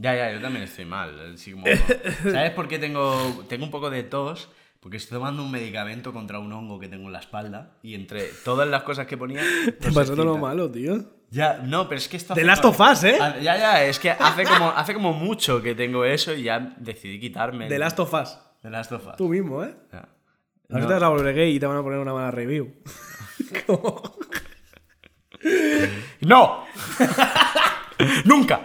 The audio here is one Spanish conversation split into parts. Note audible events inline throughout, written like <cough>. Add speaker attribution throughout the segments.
Speaker 1: Ya, ya, yo también estoy mal. así
Speaker 2: <laughs>
Speaker 1: como- ¿Sabes por qué tengo, tengo un poco de tos? Porque estoy tomando un medicamento contra un hongo que tengo en la espalda y entre todas las cosas que
Speaker 2: <laughs>
Speaker 1: ponía...
Speaker 2: Te
Speaker 1: tos
Speaker 2: pasó todo Pues lo
Speaker 1: escrita.
Speaker 2: malo, tío.
Speaker 1: Ya, no, pero es que esto...
Speaker 2: The
Speaker 1: hace
Speaker 2: Last
Speaker 1: como-
Speaker 2: of Us, ¿eh?
Speaker 1: Ah, Ya, ya, es que hace como, hace como mucho que tengo eso y ya decidí quitarme.
Speaker 2: The
Speaker 1: el-
Speaker 2: Last of Us.
Speaker 1: The Last of Us.
Speaker 2: Tú mismo, ¿eh?
Speaker 1: Ya.
Speaker 2: Ahorita te vas a volver gay y te van a poner una mala review. <laughs> Como-
Speaker 1: ¡No! <laughs> ¡Nunca!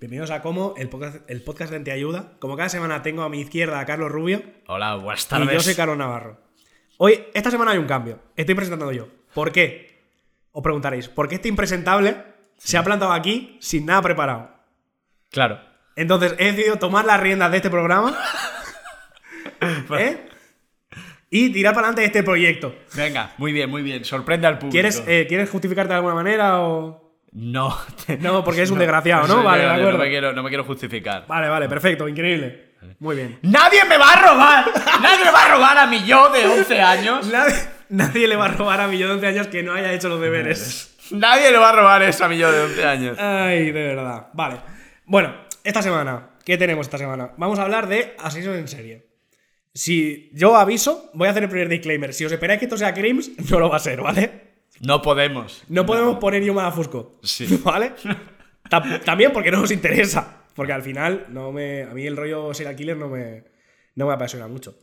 Speaker 2: Bienvenidos a Como, el podcast, el podcast de Antiayuda. Como cada semana tengo a mi izquierda a Carlos Rubio
Speaker 1: Hola, buenas
Speaker 2: y
Speaker 1: tardes.
Speaker 2: yo soy Carlos Navarro. Hoy, esta semana hay un cambio. Estoy presentando yo. ¿Por qué? Os preguntaréis, ¿por qué este impresentable se ha plantado aquí sin nada preparado?
Speaker 1: Claro.
Speaker 2: Entonces he decidido tomar las riendas de este <laughs> programa ¿eh? y tirar para adelante este proyecto.
Speaker 1: Venga, muy bien, muy bien. Sorprende al público.
Speaker 2: ¿Quieres, eh, ¿Quieres justificarte de alguna manera o...?
Speaker 1: No. te-
Speaker 2: <laughs> No, porque es un desgraciado, ¿no?
Speaker 1: soy
Speaker 2: Vale, de
Speaker 1: yo, yo <laughs>
Speaker 2: acuerdo.
Speaker 1: No me quiero, no me quiero justificar.
Speaker 2: Vale, vale, perfecto, increíble. Muy bien.
Speaker 1: ¡Nadie me va a robar! ¡Nadie me va a robar a mi yo de 11 años!
Speaker 2: Nadie, <laughs> nadie le va a robar a mi yo de 11 años que no haya hecho los deberes.
Speaker 1: Nadie le va a robar eso a mi yo de 11 años.
Speaker 2: Ay, de verdad. Vale. Bueno, esta semana, ¿qué tenemos esta semana? Vamos a hablar de Asesinos en serie. Si yo aviso, voy a hacer el primer disclaimer. Si os esperáis que esto sea crimes, <laughs> no lo va a ser, ¿vale?
Speaker 1: No podemos.
Speaker 2: No podemos poner idioma a Fusco.
Speaker 1: Sí.
Speaker 2: <laughs> ¿Vale? Ta- también porque no nos interesa. Porque al final, no me, a mí el rollo serial killer no me, no me apasiona mucho.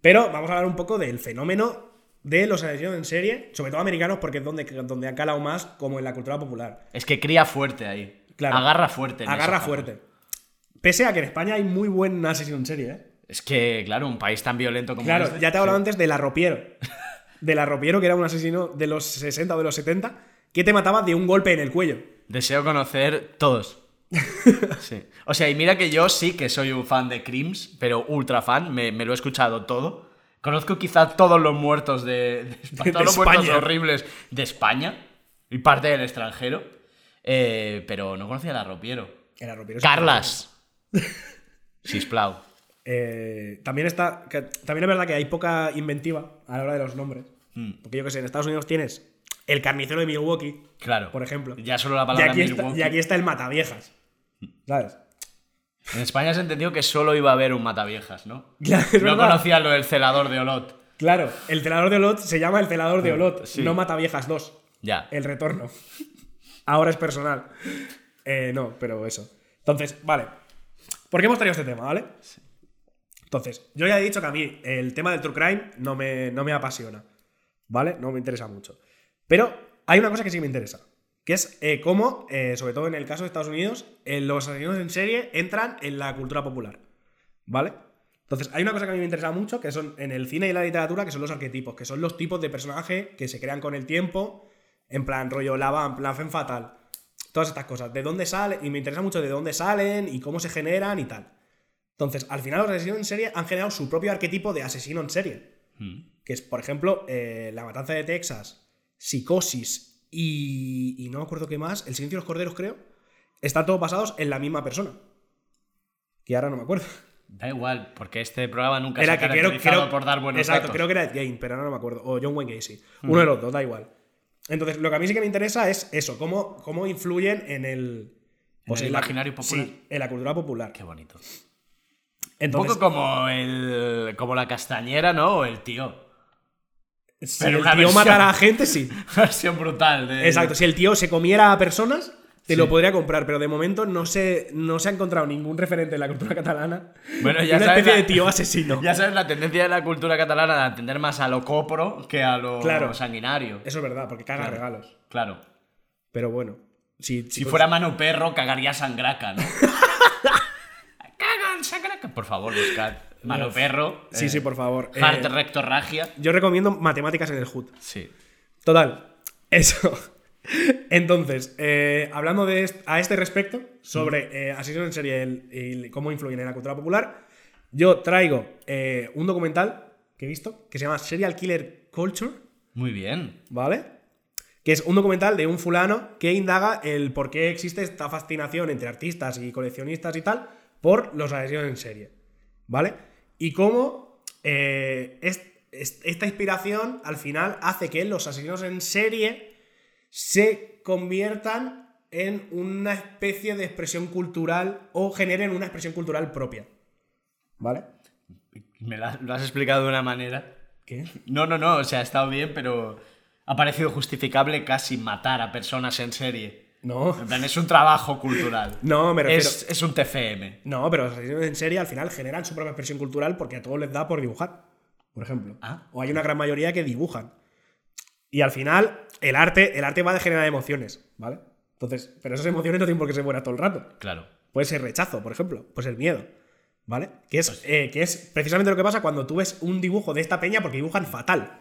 Speaker 2: Pero vamos a hablar un poco del fenómeno de los asesinos en serie, sobre todo americanos, porque es donde, donde ha calado más, como en la cultura popular.
Speaker 1: Es que cría fuerte ahí.
Speaker 2: Claro.
Speaker 1: Agarra fuerte. en
Speaker 2: Agarra
Speaker 1: esa
Speaker 2: fuerte. Pese a que en España hay muy buen asesino en serie, ¿eh?
Speaker 1: Es que, claro, un país tan violento como
Speaker 2: Claro,
Speaker 1: este-
Speaker 2: ya te he hablado antes del arropiero. Del arropiero, que era un asesino de los 60 o de los 70, que te mataba de un golpe en el cuello.
Speaker 1: Deseo conocer
Speaker 2: <laughs>
Speaker 1: todos. Sí. O sea, y mira que yo sí que soy un fan de Crims, pero ultra fan, me, me lo he escuchado todo. Conozco quizá todos los muertos de,
Speaker 2: <laughs>
Speaker 1: de España,
Speaker 2: De
Speaker 1: todos los muertos
Speaker 2: España.
Speaker 1: horribles de España y parte del extranjero, eh, pero no conocía al arropiero.
Speaker 2: El arropiero es-
Speaker 1: Carlas. <laughs> Sisplau.
Speaker 2: Eh, también está. que- también es verdad que hay poca inventiva a la hora de los nombres.
Speaker 1: Hmm.
Speaker 2: Porque yo que sé, en Estados Unidos tienes el carnicero de Milwaukee,
Speaker 1: Claro.
Speaker 2: por ejemplo.
Speaker 1: Ya solo la
Speaker 2: y,
Speaker 1: palabra
Speaker 2: aquí está,
Speaker 1: Milwaukee. Hmm.
Speaker 2: y aquí está el mataviejas. ¿Sabes? <laughs>
Speaker 1: En España se entendió que solo iba a haber un mataviejas, ¿no?
Speaker 2: Claro, <laughs> es
Speaker 1: no
Speaker 2: verdad.
Speaker 1: conocía lo del celador de Olot.
Speaker 2: Claro, el celador de Olot se llama el celador de Olot,
Speaker 1: sí.
Speaker 2: no mataviejas 2.
Speaker 1: Ya.
Speaker 2: El retorno. Ahora es personal. Eh, no, pero eso. Entonces, vale. ¿Por qué hemos traído este tema, vale? Entonces, yo ya he dicho que a mí el tema del true crime no me, no me apasiona. ¿Vale? No me interesa mucho. Pero hay una cosa que sí me interesa. Que es eh, cómo, eh, sobre todo en el caso de Estados Unidos, eh, los asesinos en serie entran en la cultura popular. ¿Vale? Entonces, hay una cosa que a mí me interesa mucho, que son en el cine y la literatura, que son los arquetipos, que son los tipos de personaje que se crean con el tiempo, en plan rollo lava, en plan fen fatal. Todas estas cosas. ¿De dónde salen? Y me interesa mucho de dónde salen y cómo se generan y tal. Entonces, al final los asesinos en serie han generado su propio arquetipo de asesino en serie.
Speaker 1: Mm.
Speaker 2: Que es, por ejemplo, eh, La Matanza de Texas, Psicosis y, y no me acuerdo qué más, El Silencio de los Corderos, creo. Están todos basados en la misma persona. Que ahora no me acuerdo.
Speaker 1: Da igual, porque este programa nunca
Speaker 2: Era
Speaker 1: se ha
Speaker 2: que creo,
Speaker 1: caracterizado
Speaker 2: creo-
Speaker 1: por dar buenos
Speaker 2: Exacto,
Speaker 1: datos. Mm.
Speaker 2: creo que era Ed Gein, pero ahora no me acuerdo. O John Wayne Gacy. Uno de los dos, da igual. Entonces, lo que a mí sí que me interesa es eso, cómo, cómo influyen en el... pues,
Speaker 1: el
Speaker 2: la-
Speaker 1: imaginario popular.
Speaker 2: Sí, en la cultura popular.
Speaker 1: Qué bonito.
Speaker 2: Entonces,
Speaker 1: un poco como el como la castañera, ¿no? O el tío. <laughs>
Speaker 2: si
Speaker 1: pero
Speaker 2: el
Speaker 1: una
Speaker 2: tío
Speaker 1: versión. Eh.
Speaker 2: matara a
Speaker 1: <laughs>
Speaker 2: gente, sí.
Speaker 1: Versión brutal. de-
Speaker 2: Exacto, si el tío se comiera a personas, te lo podría comprar, pero de momento no se, no se ha encontrado ningún referente en la cultura catalana. <laughs>
Speaker 1: Bueno, ya
Speaker 2: Una
Speaker 1: sabes
Speaker 2: especie
Speaker 1: la-
Speaker 2: de tío asesino.
Speaker 1: <laughs> Ya sabes la tendencia de la cultura catalana de atender más a lo copro que a lo
Speaker 2: Claro.
Speaker 1: sanguinario.
Speaker 2: Eso es verdad, porque caga regalos.
Speaker 1: Claro.
Speaker 2: Pero bueno, si,
Speaker 1: Si fuera mano
Speaker 2: <laughs>
Speaker 1: perro, cagaría sangraca, ¿no? Cagan sangraca. Por favor, buscad. Malo perro.
Speaker 2: Sí,
Speaker 1: eh,
Speaker 2: sí, por favor. Eh,
Speaker 1: Hard recto ragia.
Speaker 2: yo recomiendo matemáticas en el HUD.
Speaker 1: Sí.
Speaker 2: Total, eso. <laughs> Entonces, eh, hablando de est- a este respecto, sobre eh, asesinos en serie el- el- cómo influyen en la cultura popular, yo traigo eh, un documental que he visto que se llama Serial Killer Culture,
Speaker 1: Muy bien.
Speaker 2: ¿vale? Que es un documental de un fulano que indaga el por qué existe esta fascinación entre artistas y coleccionistas y tal por los asesinos en serie, ¿vale? Y cómo eh, es- es- esta inspiración al final hace que los asesinos en serie se conviertan en una especie de expresión cultural o generen una expresión cultural propia. ¿Vale?
Speaker 1: Me la- lo has explicado de una manera.
Speaker 2: ¿Qué?
Speaker 1: No, no, no. O sea, ha estado bien, pero ha parecido justificable casi matar a personas en serie. <laughs>
Speaker 2: No.
Speaker 1: En plan, es un trabajo cultural.
Speaker 2: No, me refiero-
Speaker 1: Es, es un TFM.
Speaker 2: No, pero los asesinos en serie al final generan su propia expresión cultural porque a todos les da por dibujar, por ejemplo.
Speaker 1: Ah.
Speaker 2: O hay una gran mayoría que dibujan. Y al final, el arte, el arte va a generar emociones, ¿vale? Entonces, pero esas emociones no tienen por qué ser buenas todo el rato.
Speaker 1: Claro.
Speaker 2: Puede ser rechazo, por ejemplo. Puede ser miedo. ¿Vale? Que
Speaker 1: Pues-
Speaker 2: es, eh, que es precisamente lo que pasa cuando tú ves un dibujo de esta peña porque dibujan fatal.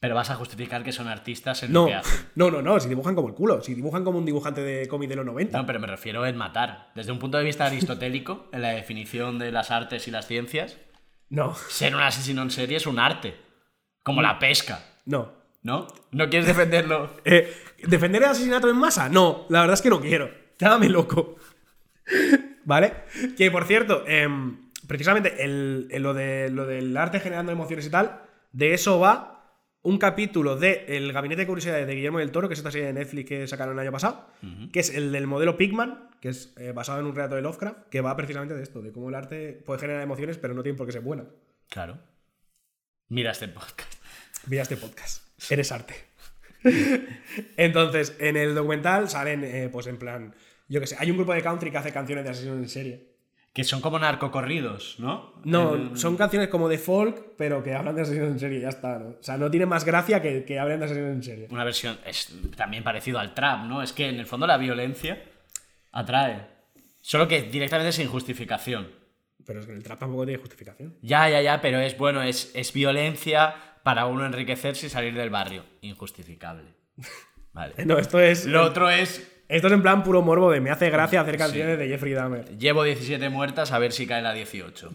Speaker 1: Pero vas a justificar que son artistas en lo
Speaker 2: No,
Speaker 1: que hacen.
Speaker 2: no, no, no. Si dibujan como el culo. Si dibujan como un dibujante de cómic de los 90.
Speaker 1: No, pero me refiero en matar. Desde un punto de vista aristotélico, en la definición de las artes y las ciencias,
Speaker 2: No,
Speaker 1: ser un asesino en serie es un arte. Como la pesca,
Speaker 2: no.
Speaker 1: ¿no? ¿No quieres defenderlo?
Speaker 2: Eh, ¿Defender el asesinato en masa? No, la verdad es que no quiero. Llámame loco. ¿Vale? Que por cierto, em, precisamente el- el- lo, de, lo del arte generando emociones y tal, de eso va un capítulo de El Gabinete de Curiosidades de Guillermo del Toro, que es esta serie de Netflix que sacaron el año pasado, que es el del modelo Pigman, que es eh, basado en un relato de Lovecraft, que va precisamente de esto, de cómo el arte puede generar emociones, pero no tiene por qué ser buena.
Speaker 1: Claro. Mira este podcast.
Speaker 2: Mira este podcast. Eres arte. <laughs> Entonces, en el documental salen, eh, pues en plan, yo qué sé, hay un grupo de country que hace canciones de asesinos en serie.
Speaker 1: Que son como narcocorridos, ¿no?
Speaker 2: No, son canciones como de folk, pero que hablan de asesinos en serie, ya está. ¿no? O sea, no tiene más gracia que, que hablen de asesinos en serie.
Speaker 1: Una versión es también parecido al trap, ¿no? Es que en el fondo la violencia atrae. Solo que directamente sin justificación.
Speaker 2: Pero es que en el trap tampoco tiene justificación. <laughs>
Speaker 1: Ya, ya, ya, pero es bueno, es, es violencia para uno enriquecerse y salir del barrio.
Speaker 2: <laughs>
Speaker 1: Injustificable.
Speaker 2: Eh,
Speaker 1: Vale.
Speaker 2: No, esto es.
Speaker 1: Lo otro es,
Speaker 2: Esto es en plan puro morbo de me hace gracia hacer canciones de Jeffrey Dahmer.
Speaker 1: llevo 17 muertas, a ver si cae la 18.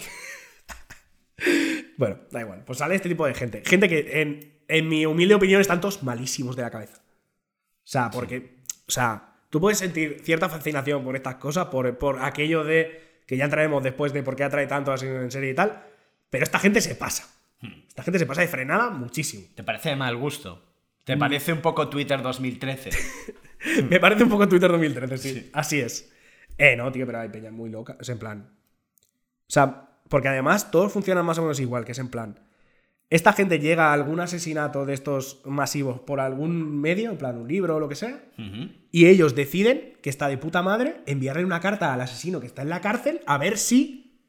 Speaker 2: Bueno, da igual. Pues sale este tipo de gente. Gente que, en, en mi humilde opinión, están todos malísimos de la cabeza. O sea, porque. O sea, tú puedes sentir cierta fascinación por estas cosas, por, por aquello de. que ya entraremos después de por qué atrae tanto a en serie y tal. Pero esta gente se pasa. Esta gente se pasa de frenada muchísimo.
Speaker 1: ¿Te parece de mal gusto?
Speaker 2: Mm.
Speaker 1: ¿Te parece un poco Twitter
Speaker 2: <laughs>
Speaker 1: 2013?
Speaker 2: Me parece un poco Twitter 2013, sí. Así es. Eh, no, tío, pero hay peña muy loca. Es en plan. O sea, porque además todos funcionan más o menos igual, que es en plan. Esta gente llega a algún asesinato de estos masivos por algún medio, en plan un libro o lo que sea,
Speaker 1: Ujú.
Speaker 2: y ellos deciden que está de puta madre enviarle una carta al asesino que está en la cárcel a ver si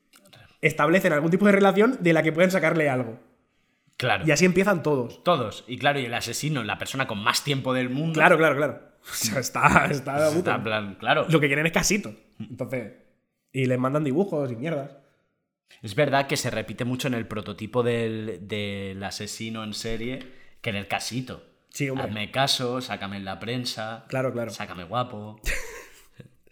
Speaker 2: establecen algún tipo de relación de la que pueden sacarle algo.
Speaker 1: Claro.
Speaker 2: Y así empiezan todos.
Speaker 1: Todos. Y claro, y el asesino, la persona con más tiempo del mundo.
Speaker 2: Claro, claro, claro. <laughs> O sea, está, está de la
Speaker 1: está
Speaker 2: puta.
Speaker 1: en plan, claro.
Speaker 2: lo que quieren es casitos. Entonces, y les mandan dibujos y mierdas.
Speaker 1: Es verdad que se repite mucho en el prototipo del, del asesino en serie que en el casito.
Speaker 2: Sí, hombre.
Speaker 1: Hazme caso, sácame en la prensa.
Speaker 2: Claro, claro.
Speaker 1: Sácame
Speaker 2: <laughs>
Speaker 1: guapo.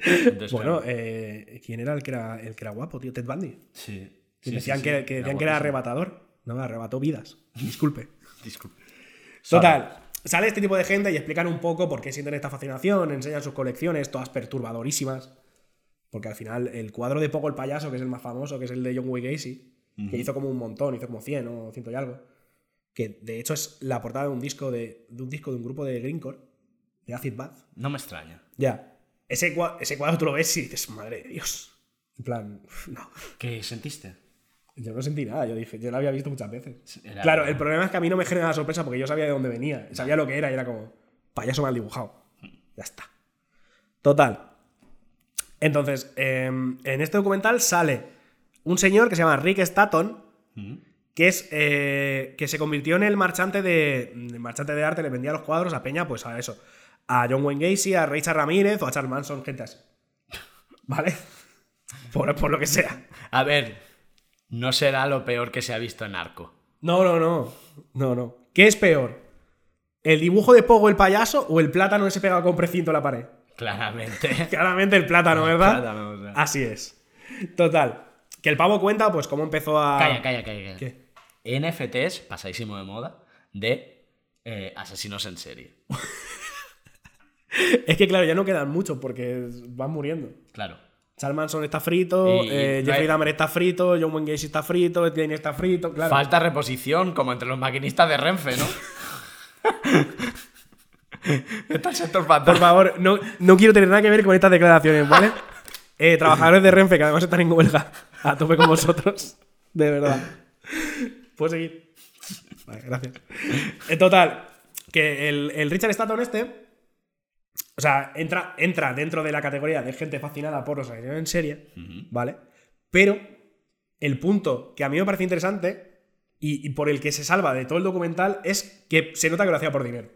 Speaker 1: Entonces,
Speaker 2: Bueno,
Speaker 1: claro,
Speaker 2: eh, ¿quién era el que era el que era guapo, tío? Ted Bundy.
Speaker 1: sí. Sí,
Speaker 2: Que
Speaker 1: sí,
Speaker 2: decían
Speaker 1: sí.
Speaker 2: que, que decían que era arrebatador. No, arrebató vidas. Disculpe.
Speaker 1: Disculpe.
Speaker 2: Total. Sale este tipo de gente y explican un poco por qué sienten esta fascinación, enseñan sus colecciones, todas perturbadorísimas. Porque al final, el cuadro de Poco el payaso, que es el más famoso, que es el de John Wayne Gacy, que hizo como un montón, hizo como 100 o 100 y algo. Que de hecho es la portada de un disco de, de un disco de un grupo de Greencore, de Acid Bath.
Speaker 1: No me extraña.
Speaker 2: Ya. Ese, cua- ese cuadro tú lo ves y dices, madre de Dios. En plan, <laughs> uf, no.
Speaker 1: ¿Qué sentiste?
Speaker 2: Yo no sentí nada, yo dije, yo lo había visto muchas veces.
Speaker 1: Era-
Speaker 2: Claro, el problema es que a mí no me generaba sorpresa porque yo sabía de dónde venía, sabía lo que era y era como, payaso mal dibujado. Ya está. Total. Entonces, em, en este documental sale un señor que se llama Rick Staton, que es eh, que se convirtió en el marchante de el marchante de arte, le vendía los cuadros a Peña, pues a eso, a John Wayne Gacy, a Richard Ramírez o a Charles <laughs> Manson, gente así. ¿Vale? Por, por lo que sea.
Speaker 1: A ver, no será lo peor que se ha visto en Arco.
Speaker 2: No, no, no. No, no. ¿Qué es peor? ¿El dibujo de Pogo el payaso o el plátano ese pegado con precinto a la pared? <laughs>
Speaker 1: Claramente. <laughs>
Speaker 2: Claramente el plátano,
Speaker 1: El
Speaker 2: <laughs> ¿verdad? Ah,
Speaker 1: plátano, o sea.
Speaker 2: Así es. Total. Que el pavo cuenta, pues, cómo empezó a.
Speaker 1: Calla, calla, calla. calla.
Speaker 2: ¿Qué?
Speaker 1: NFTs, pasadísimo de moda, de eh, asesinos en serie.
Speaker 2: Es que, claro, ya no quedan muchos porque van muriendo.
Speaker 1: Claro.
Speaker 2: Charles Manson está frito,
Speaker 1: Y- y-
Speaker 2: eh,
Speaker 1: no
Speaker 2: Jeffrey
Speaker 1: hay-
Speaker 2: Dahmer está frito, John Wayne Gacy está frito, Ed Gein está frito, claro.
Speaker 1: Falta reposición, como entre los maquinistas de Renfe,
Speaker 2: <laughs>
Speaker 1: ¿no? Está el sector
Speaker 2: Por
Speaker 1: fantasma.
Speaker 2: favor, no, no quiero tener nada que ver con estas declaraciones, ¿vale? Eh, trabajadores de Renfe, que además están en huelga, a tope con vosotros, de verdad. Puedes seguir. Vale, gracias. En total, que el, el Richard Stanton este, o sea, entra, entra dentro de la categoría de gente fascinada por los asesinos en serie, ¿vale? Pero el punto que a mí me parece interesante y- y por el que se salva de todo el documental es que se nota que lo hacía por dinero.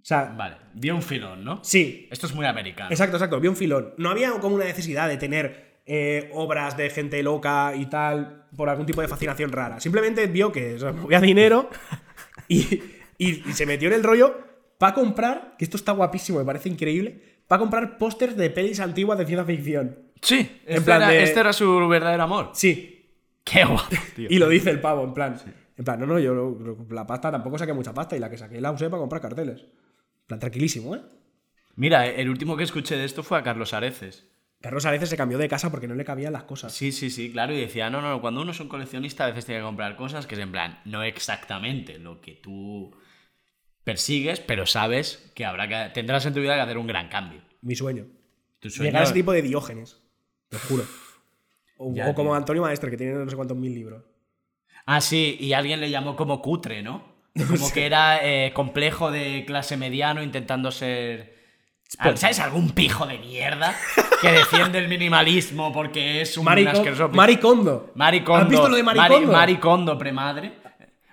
Speaker 2: O sea,
Speaker 1: Vale, dio un filón, ¿no?
Speaker 2: sí,
Speaker 1: Esto es muy americano.
Speaker 2: Exacto, exacto. Vi un filón. No había como una necesidad de tener eh, obras de gente loca y tal por algún tipo de fascinación rara. Simplemente vio que o sea, <laughs> movía dinero y, y- y se metió en el rollo para comprar, que esto está guapísimo, me parece increíble, para comprar pósters de pelis antiguas de ciencia ficción.
Speaker 1: Sí,
Speaker 2: En
Speaker 1: este,
Speaker 2: plan
Speaker 1: era,
Speaker 2: de-
Speaker 1: este era su verdadero amor.
Speaker 2: Sí.
Speaker 1: Qué <laughs> guapo, tío.
Speaker 2: Y lo dice el pavo, en plan. En plan, no, no, yo lo- lo- la pasta tampoco saqué mucha pasta y la que saqué la usé para comprar carteles. En plan, tranquilísimo, ¿eh?
Speaker 1: Mira, el último que escuché de esto fue a Carlos Areces.
Speaker 2: Carlos a veces se cambió de casa porque no le cabían las cosas.
Speaker 1: Sí, sí, sí, claro. Y decía, no, no, no, cuando uno es un coleccionista a veces tiene que comprar cosas que es en plan, no exactamente lo que tú persigues, pero sabes que habrá que tendrás en tu vida que hacer un gran cambio.
Speaker 2: Mi sueño.
Speaker 1: Tu
Speaker 2: Llegar a ese
Speaker 1: sueño-
Speaker 2: tipo de diógenes. Te lo juro. O,
Speaker 1: Ya,
Speaker 2: o como
Speaker 1: tío.
Speaker 2: Antonio Maestre, que tiene no sé cuántos mil libros.
Speaker 1: Ah, sí, y alguien le llamó como cutre,
Speaker 2: <laughs>
Speaker 1: ¿no? Como que era eh, complejo de clase mediano intentando ser...
Speaker 2: Pues
Speaker 1: Al- ¿Sabes? Algún pijo de mierda que defiende el minimalismo porque es un asqueroso
Speaker 2: Maricondo.
Speaker 1: pijo.
Speaker 2: Maricondo.
Speaker 1: Maricondo.
Speaker 2: ¿Has visto lo de
Speaker 1: Mari-
Speaker 2: Maricondo?
Speaker 1: Maricondo, premadre.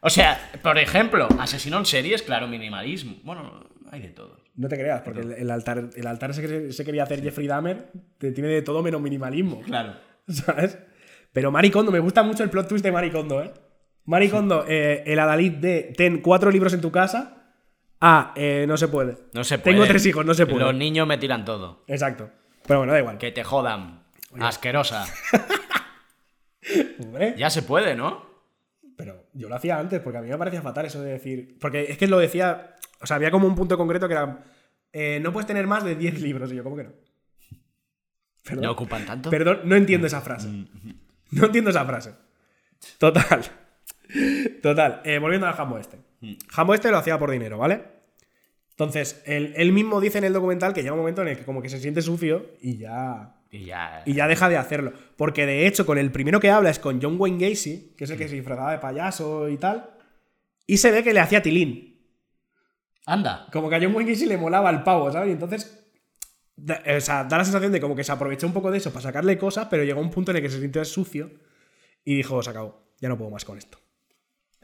Speaker 1: O sea, por ejemplo, asesino en serie es claro minimalismo. Bueno, hay de todo.
Speaker 2: no te creas, porque el, el altar, el altar ese que se quería hacer Jeffrey Dahmer te tiene de todo menos minimalismo.
Speaker 1: Claro.
Speaker 2: <laughs> ¿Sabes? Pero Maricondo, me gusta mucho el plot twist de Maricondo, ¿eh? Maricondo, el adalid de ten cuatro libros en tu casa. Ah, eh, no se puede.
Speaker 1: No se puede.
Speaker 2: Tengo tres hijos, no se puede.
Speaker 1: Los niños me tiran todo.
Speaker 2: Exacto. Pero bueno, da igual.
Speaker 1: Que te jodan. Asquerosa.
Speaker 2: Hombre.
Speaker 1: Ya se puede, ¿no?
Speaker 2: Pero yo lo hacía antes, porque a mí me parecía fatal eso de decir. Porque es que lo decía. O sea, había como un punto concreto que era. eh, no puedes tener más de 10 libros. Y yo, ¿cómo que no? Perdón.
Speaker 1: No ocupan tanto.
Speaker 2: Perdón, no entiendo esa frase. <laughs> No entiendo esa frase. Total. <laughs> Total. Eh, volviendo al jambo este. Jambo este lo hacía por dinero, ¿vale? Entonces, él, él mismo dice en el documental que llega un momento en el que como que se siente sucio y ya.
Speaker 1: Y ya.
Speaker 2: Y ya deja de hacerlo. Porque de hecho, con el primero que habla es con John Wayne Gacy, que es el que se disfrazaba de payaso y tal. Y se ve que le hacía tilín.
Speaker 1: Anda.
Speaker 2: Como que a John Wayne Gacy le molaba el pavo, ¿sabes? Y entonces. da- o sea, da la sensación de como que se aprovechó un poco de eso para sacarle cosas, pero llegó un punto en el que se sintió sucio y dijo: Se acabó, ya no puedo más con esto.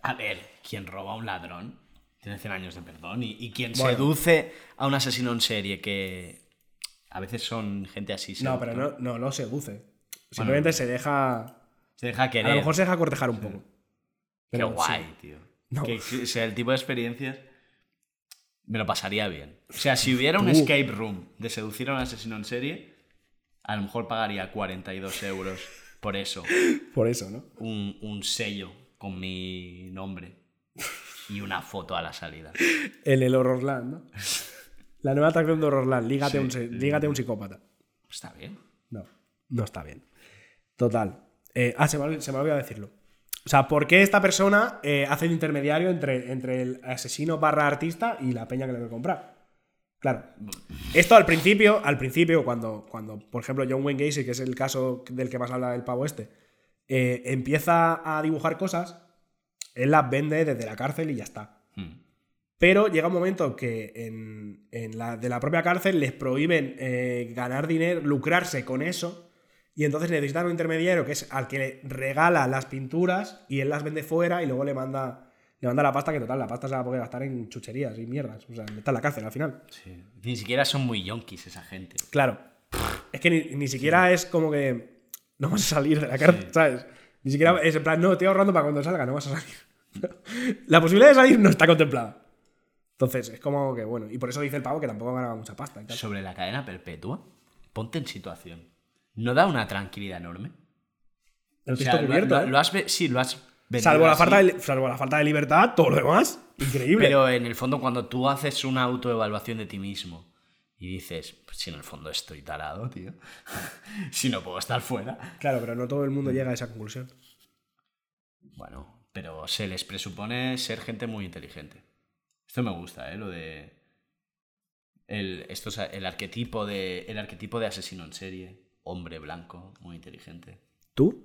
Speaker 1: A ver, quien roba a un ladrón tiene 100 años de perdón. Y, y quien
Speaker 2: Bueno.
Speaker 1: seduce a un asesino en serie, que a veces son gente así.
Speaker 2: No,
Speaker 1: seductora,
Speaker 2: pero no, no, no seduce. Simplemente se deja.
Speaker 1: Se deja
Speaker 2: A
Speaker 1: querer.
Speaker 2: lo mejor se deja cortejar un poco.
Speaker 1: Qué
Speaker 2: pero sí.
Speaker 1: guay, tío.
Speaker 2: No.
Speaker 1: Que si- sea el tipo de experiencias. Me lo pasaría bien. O sea, si hubiera un
Speaker 2: Tú.
Speaker 1: escape room de seducir a un asesino en serie, a lo mejor pagaría 42 euros por eso.
Speaker 2: Por eso, ¿no?
Speaker 1: Un, un sello con mi nombre y una foto a la salida.
Speaker 2: En el Horrorland, ¿no? La nueva atracción de Horrorland, lígate, a un, se- lígate a un psicópata.
Speaker 1: Está bien.
Speaker 2: No, no está bien. Total. Eh, ah, se me, ol- se me olvidó decirlo. O sea, ¿por qué esta persona eh, hace de intermediario entre, entre el asesino barra artista y la peña que le debe comprar? Claro. Esto al principio, al principio, cuando, cuando, por ejemplo, John Wayne Gacy, que es el caso del que más habla el pavo este, eh, empieza a dibujar cosas, él las vende desde la cárcel y ya está.
Speaker 1: Hmm.
Speaker 2: Pero llega un momento que en, en la, de la propia cárcel les prohíben eh, ganar dinero, lucrarse con eso. Y entonces necesitan un intermediario que es al que le regala las pinturas y él las vende fuera y luego le manda, le manda la pasta, que total, la pasta se la puede gastar en chucherías y mierdas. O sea, está en la cárcel al final.
Speaker 1: Sí. Ni siquiera son muy yonkis esa gente.
Speaker 2: Claro. Es que ni, ni siquiera es como que no vas a salir de la cárcel, ¿sabes? Ni siquiera es en plan, no, estoy ahorrando para cuando salga, no vas a salir. <laughs> la posibilidad de salir no está contemplada. Entonces, es como que bueno. Y por eso dice el pavo que tampoco ganaba mucha pasta. y tal.
Speaker 1: Sobre la cadena perpetua, ponte en situación. ¿No da una tranquilidad enorme?
Speaker 2: El
Speaker 1: O
Speaker 2: pisto
Speaker 1: sea, lo-
Speaker 2: cubierto.
Speaker 1: lo,
Speaker 2: ¿eh?
Speaker 1: lo has ve- sí, lo has vendido
Speaker 2: salvo, la
Speaker 1: así,
Speaker 2: falta de, li- salvo la falta de libertad, todo lo demás. Increíble.
Speaker 1: Pero en el fondo, cuando tú haces una autoevaluación de ti mismo y dices, "Pues si en el fondo estoy tarado, tío, <laughs> si no puedo estar fuera.
Speaker 2: Claro, pero no todo el mundo llega a esa conclusión.
Speaker 1: Bueno, pero se les presupone ser gente muy inteligente. Esto me gusta, ¿eh? Lo de. El, esto es el, arquetipo de, el arquetipo de asesino en serie. Hombre blanco, muy inteligente.
Speaker 2: ¿Tú?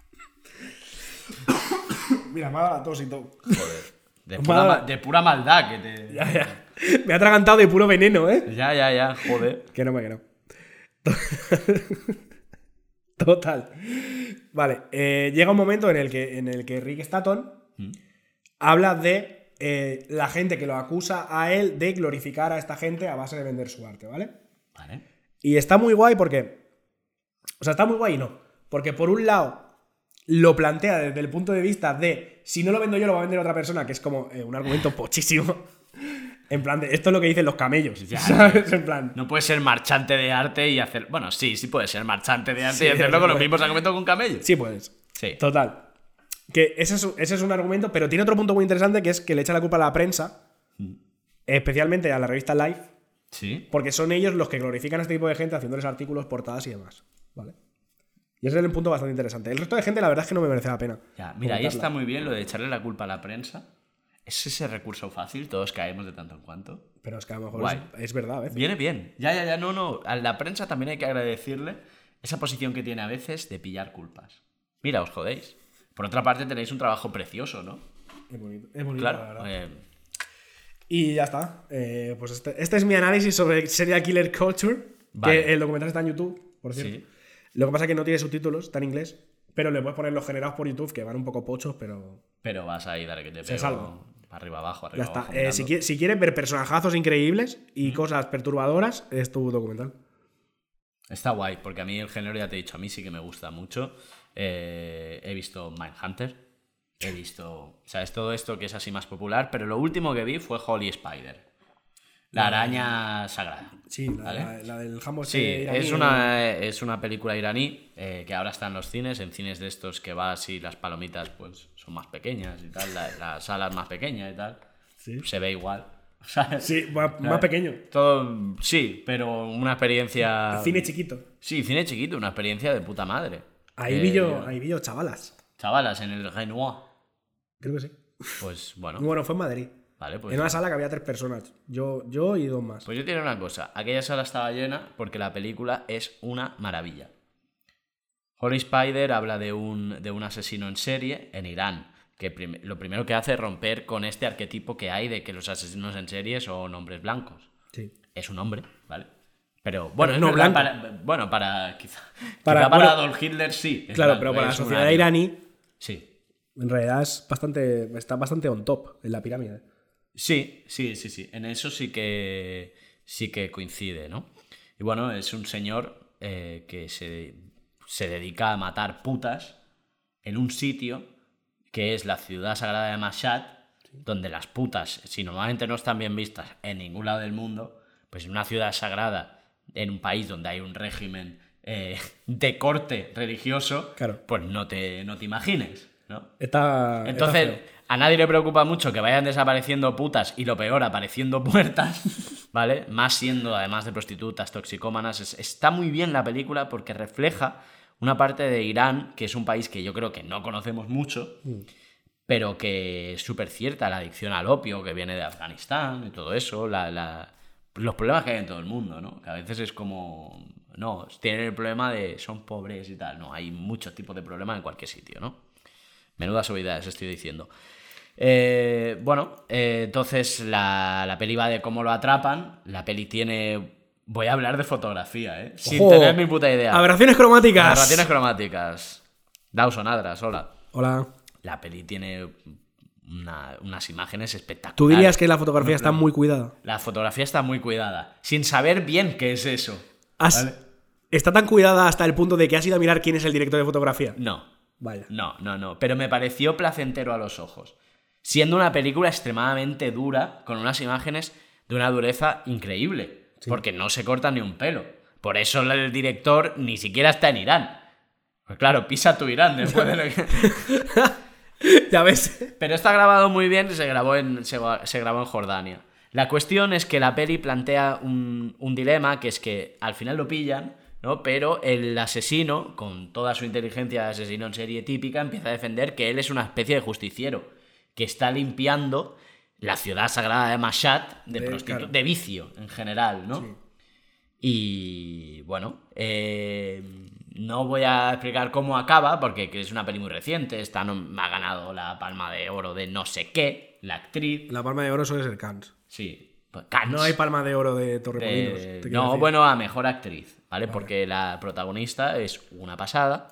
Speaker 2: <coughs> Mira, me ha dado la tos y todo.
Speaker 1: Joder.
Speaker 2: <laughs>
Speaker 1: De pura, ma- de pura maldad que te.
Speaker 2: Ya, ya. Me ha atragantado de puro veneno, ¿eh?
Speaker 1: Ya, ya, ya, joder.
Speaker 2: Que no me que no. <laughs> Total. Vale, eh, llega un momento en el que, en el que Rick Staton habla de eh, la gente que lo acusa a él de glorificar a esta gente a base de vender su arte, ¿vale?
Speaker 1: Vale.
Speaker 2: Y está muy guay porque. O sea, está muy guay y no. Porque por un lado lo plantea desde el punto de vista de si no lo vendo yo, lo va a vender otra persona, que es como eh, un argumento pochísimo. <laughs> En plan, de, esto es lo que dicen los camellos.
Speaker 1: Ya.
Speaker 2: ¿Sabes? En plan.
Speaker 1: No puedes ser marchante de arte y hacer. Bueno, sí, sí puedes ser marchante de arte
Speaker 2: Sí,
Speaker 1: y hacerlo con los
Speaker 2: bueno.
Speaker 1: mismos argumentos con camello.
Speaker 2: Sí puedes.
Speaker 1: Sí.
Speaker 2: Total. Que ese es, un- ese es un argumento, pero tiene otro punto muy interesante que es que le echa la culpa a la prensa,
Speaker 1: Mm.
Speaker 2: especialmente a la revista Life,
Speaker 1: Sí.
Speaker 2: porque son ellos los que glorifican a este tipo de gente haciéndoles artículos, portadas y demás. ¿Vale? Y ese es un punto bastante interesante. El resto de gente, la verdad es que no me merece la pena.
Speaker 1: Ya, mira, ahí
Speaker 2: comentarla.
Speaker 1: está muy bien lo de echarle la culpa a la prensa. Es ese recurso fácil, todos caemos de tanto en cuanto.
Speaker 2: Pero es que a lo mejor
Speaker 1: Guay.
Speaker 2: es, es verdad ¿eh? a veces.
Speaker 1: Viene bien. Ya, ya, ya, no, no. A la prensa también hay que agradecerle esa posición que tiene a veces de pillar culpas. Mira, os jodéis. Por otra parte, tenéis un trabajo precioso, ¿no?
Speaker 2: Es bonito. Es bonito, la
Speaker 1: Claro.
Speaker 2: verdad.
Speaker 1: eh,
Speaker 2: Y ya está. Eh, pues este, este es mi análisis sobre Serial Killer Culture.
Speaker 1: Vale.
Speaker 2: Que el documental está en YouTube, por cierto.
Speaker 1: Sí.
Speaker 2: Lo que pasa es que no tiene subtítulos, está en inglés. Pero le puedes poner los generados por YouTube, que van un poco pochos, pero
Speaker 1: pero vas a ir a que te
Speaker 2: Se
Speaker 1: pego
Speaker 2: salva.
Speaker 1: Arriba, abajo,
Speaker 2: ya
Speaker 1: arriba,
Speaker 2: está.
Speaker 1: abajo.
Speaker 2: Eh,
Speaker 1: mirando.
Speaker 2: si, quie- si quieres ver personajazos increíbles y cosas perturbadoras, es tu documental.
Speaker 1: Está guay, porque a mí el género, ya te he dicho, a mí sí que me gusta mucho. Eh, he visto Mindhunter, he visto, ¿sabes? Todo esto que es así más popular, pero lo último que vi fue Holy Spider, la
Speaker 2: Mm.
Speaker 1: araña sagrada.
Speaker 2: Sí, la,
Speaker 1: ¿Vale?
Speaker 2: la- la del jambo
Speaker 1: Sí,
Speaker 2: este iraní,
Speaker 1: es,
Speaker 2: ¿no?
Speaker 1: una, es una película iraní eh, que ahora está en los cines, en cines de estos que va así, las palomitas pues son más pequeñas y tal, la- las salas más pequeñas y tal.
Speaker 2: Sí.
Speaker 1: Se ve igual. <laughs> ¿sabes?
Speaker 2: Sí, más, más pequeño.
Speaker 1: Todo, sí, pero una experiencia...
Speaker 2: Cine chiquito.
Speaker 1: Sí, cine chiquito, una experiencia de puta madre.
Speaker 2: Ahí,
Speaker 1: Eh,
Speaker 2: vi yo, ahí vi yo chavalas.
Speaker 1: Chavalas, en el Renoir.
Speaker 2: Creo que sí.
Speaker 1: Pues bueno,
Speaker 2: Bueno, fue en Madrid.
Speaker 1: vale, pues.
Speaker 2: en una sala que había tres personas. Yo, yo y dos más.
Speaker 1: Pues yo tiene una cosa. Aquella sala estaba llena porque la película es una maravilla. Holy Spider habla de un, de un asesino en serie en Irán, que prim- lo primero que hace es romper con este arquetipo que hay de que los asesinos en serie son hombres blancos.
Speaker 2: Sí.
Speaker 1: Es un hombre, ¿vale? Pero bueno, es
Speaker 2: no
Speaker 1: verdad,
Speaker 2: blanco.
Speaker 1: para- bueno, para quizá
Speaker 2: Para-
Speaker 1: para, para
Speaker 2: bueno,
Speaker 1: Adolf Hitler sí. es
Speaker 2: Claro,
Speaker 1: blanco,
Speaker 2: pero para la
Speaker 1: es un
Speaker 2: sociedad
Speaker 1: ario.
Speaker 2: iraní,
Speaker 1: Sí,
Speaker 2: en realidad es bastante, está bastante on top en la pirámide.
Speaker 1: Sí, sí, sí, sí. En eso sí que sí que coincide, ¿no? Y bueno, es un señor eh, que se, se dedica a matar putas en un sitio que es la ciudad sagrada de Mashhad, donde las putas, si normalmente no están bien vistas en ningún lado del mundo, pues en una ciudad sagrada, en un país donde hay un régimen eh, de corte religioso,
Speaker 2: Claro.
Speaker 1: pues no te, no te imagines, ¿no?
Speaker 2: Está. está
Speaker 1: Entonces,
Speaker 2: feo.
Speaker 1: a nadie le preocupa mucho que vayan desapareciendo putas y lo peor, apareciendo <laughs> puertas, ¿vale? Más siendo, además de prostitutas, toxicómanas. Es- está muy bien la película porque refleja una parte de Irán, que es un país que yo creo que no conocemos mucho, pero que es súper cierta la adicción al opio que viene de Afganistán y todo eso, la- la- los problemas que hay en todo el mundo, ¿no? Que a veces es como, no, tienen el problema de son pobres y tal, no, hay muchos tipos de problemas en cualquier sitio, ¿no? Menudas obviedades estoy diciendo. Eh, bueno, eh, entonces la, la peli va de cómo lo atrapan, la peli tiene... Voy a hablar de fotografía, ¿eh? Sin
Speaker 2: Ojo.
Speaker 1: tener mi puta idea.
Speaker 2: Aberraciones cromáticas.
Speaker 1: Narraciones cromáticas. Dawson Adras, hola.
Speaker 2: Hola.
Speaker 1: La peli tiene una- unas imágenes espectaculares.
Speaker 2: ¿Tú dirías que la fotografía está muy cuidada?
Speaker 1: La fotografía está muy cuidada, sin saber bien qué es eso.
Speaker 2: ¿Has, Está tan cuidada hasta el punto de que has ido a mirar quién es el director de fotografía.
Speaker 1: No,
Speaker 2: Vaya.
Speaker 1: no, no, no. Pero me pareció placentero a los ojos. Siendo una película extremadamente dura, con unas imágenes de una dureza increíble. Porque no se corta ni un pelo. Por eso el director ni siquiera está en Irán. Pues claro, pisa tu Irán después de lo que-
Speaker 2: <laughs> ya ves.
Speaker 1: Pero está grabado muy bien, se grabó en, se, va- se grabó en Jordania. La cuestión es que la peli plantea un, un dilema, que es que al final lo pillan, ¿no? Pero el asesino, con toda su inteligencia de asesino en serie típica, empieza a defender que él es una especie de justiciero, que está limpiando la ciudad sagrada de Mashhad de,
Speaker 2: De-
Speaker 1: prostitu-
Speaker 2: claro.
Speaker 1: de vicio en general, ¿no? Y bueno, eh, no voy a explicar cómo acaba, porque que es una peli muy reciente. Esta no- ha ganado la palma de oro de no sé qué, la actriz.
Speaker 2: La palma de oro suele ser Cannes.
Speaker 1: Sí, pues, Cannes.
Speaker 2: No hay palma de oro de Torremolinos.
Speaker 1: Eh,
Speaker 2: te quiero
Speaker 1: no,
Speaker 2: decir.
Speaker 1: bueno, a mejor actriz, ¿vale? Porque la protagonista es una pasada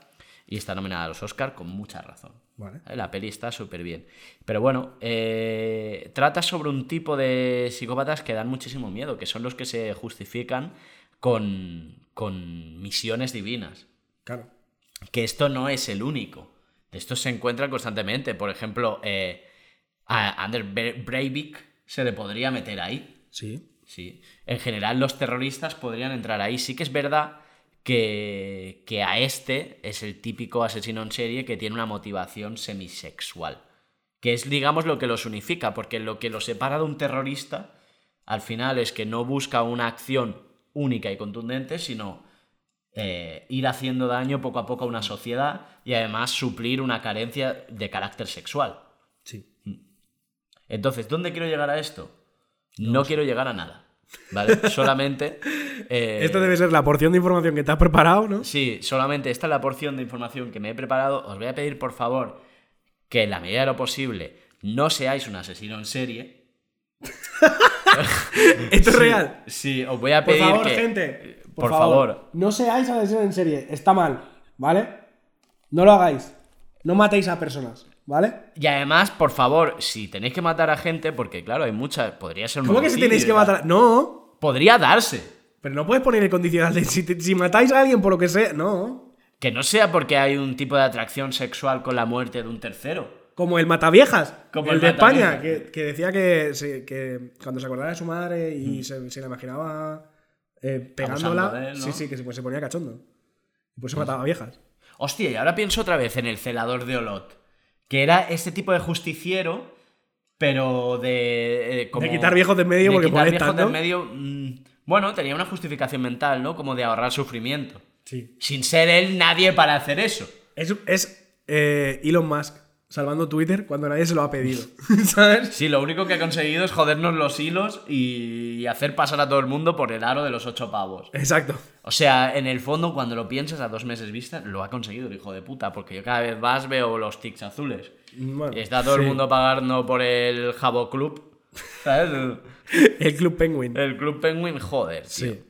Speaker 1: y está nominada a los Oscar con mucha razón.
Speaker 2: Vale.
Speaker 1: ¿Vale? Eh, La peli está súper bien. Pero bueno, eh, trata sobre un tipo de psicópatas que dan muchísimo miedo, que son los que se justifican con, con misiones divinas
Speaker 2: Claro.
Speaker 1: que esto no es el único. Esto se encuentra constantemente. Por ejemplo, eh, a Ander Bre- Breivik se le podría meter ahí.
Speaker 2: Sí.
Speaker 1: Sí. En general, los terroristas podrían entrar ahí. Sí que es verdad que, que a este es el típico asesino en serie que tiene una motivación semisexual. Que es, digamos, lo que los unifica, porque lo que los separa de un terrorista, al final, es que no busca una acción única y contundente, sino eh, ir haciendo daño poco a poco a una sociedad y además suplir una carencia de carácter sexual.
Speaker 2: Sí.
Speaker 1: Eh, Entonces, ¿dónde quiero llegar a esto? No quiero llegar a nada.
Speaker 2: <laughs>
Speaker 1: ¿Vale? Solamente. eh,
Speaker 2: Esta debe ser la porción de información que te has preparado, ¿no?
Speaker 1: Sí, solamente esta es la porción de información que me he preparado. Os voy a pedir, por favor, que en la medida de lo posible no seáis un asesino en serie.
Speaker 2: Esto es real.
Speaker 1: Sí, os voy a
Speaker 2: Por
Speaker 1: pedir.
Speaker 2: favor,
Speaker 1: que- eh,
Speaker 2: gente.
Speaker 1: Por, favor.
Speaker 2: No seáis adhesión en serie. Está mal. ¿Vale? No lo hagáis. No matéis a personas. ¿Vale?
Speaker 1: Y además, por favor, si tenéis que matar a gente, porque claro, hay muchas. Podría ser un.
Speaker 2: ¿Cómo que si
Speaker 1: homicidio
Speaker 2: tenéis
Speaker 1: y
Speaker 2: que
Speaker 1: tal.
Speaker 2: matar? No.
Speaker 1: Podría darse.
Speaker 2: Pero no puedes poner el condicional de si, te- si matáis a alguien por lo que sea. No.
Speaker 1: Que no sea porque hay un tipo de atracción sexual con la muerte de un tercero.
Speaker 2: Como el Mataviejas.
Speaker 1: Como
Speaker 2: el,
Speaker 1: el
Speaker 2: de España.
Speaker 1: Mataviejas.
Speaker 2: Que, que decía que, se- que cuando se acordaba de su madre y se, se la imaginaba eh, pegándola.
Speaker 1: Abusando de él, ¿no?
Speaker 2: Sí, sí, que se, pues, se ponía cachondo. Y por eso mataba viejas.
Speaker 1: Hostia, y ahora pienso otra vez en el celador de Olot, que era este tipo de justiciero, pero de... eh, como-
Speaker 2: De quitar viejos de en medio
Speaker 1: de
Speaker 2: porque
Speaker 1: quitar
Speaker 2: molestan,
Speaker 1: viejos de en
Speaker 2: ¿no?
Speaker 1: medio... mm, bueno, tenía una justificación mental, ¿no? Como de ahorrar sufrimiento.
Speaker 2: Sí.
Speaker 1: Sin ser él nadie para hacer eso.
Speaker 2: Es, es, eh, Elon Musk salvando Twitter cuando nadie se lo ha pedido. ¿Sabes?
Speaker 1: Sí, lo único que ha conseguido es jodernos los hilos y hacer pasar a todo el mundo por el aro de los ocho pavos.
Speaker 2: Exacto.
Speaker 1: O sea, en el fondo, cuando lo piensas a dos meses vista, lo ha conseguido el hijo de puta, porque yo cada vez más veo los tics azules.
Speaker 2: Bueno,
Speaker 1: Está todo el
Speaker 2: sí.
Speaker 1: mundo pagando por el Jabo Club. ¿Sabes? El-
Speaker 2: <laughs> El Club Penguin.
Speaker 1: El Club Penguin, joder. tío.
Speaker 2: Sí.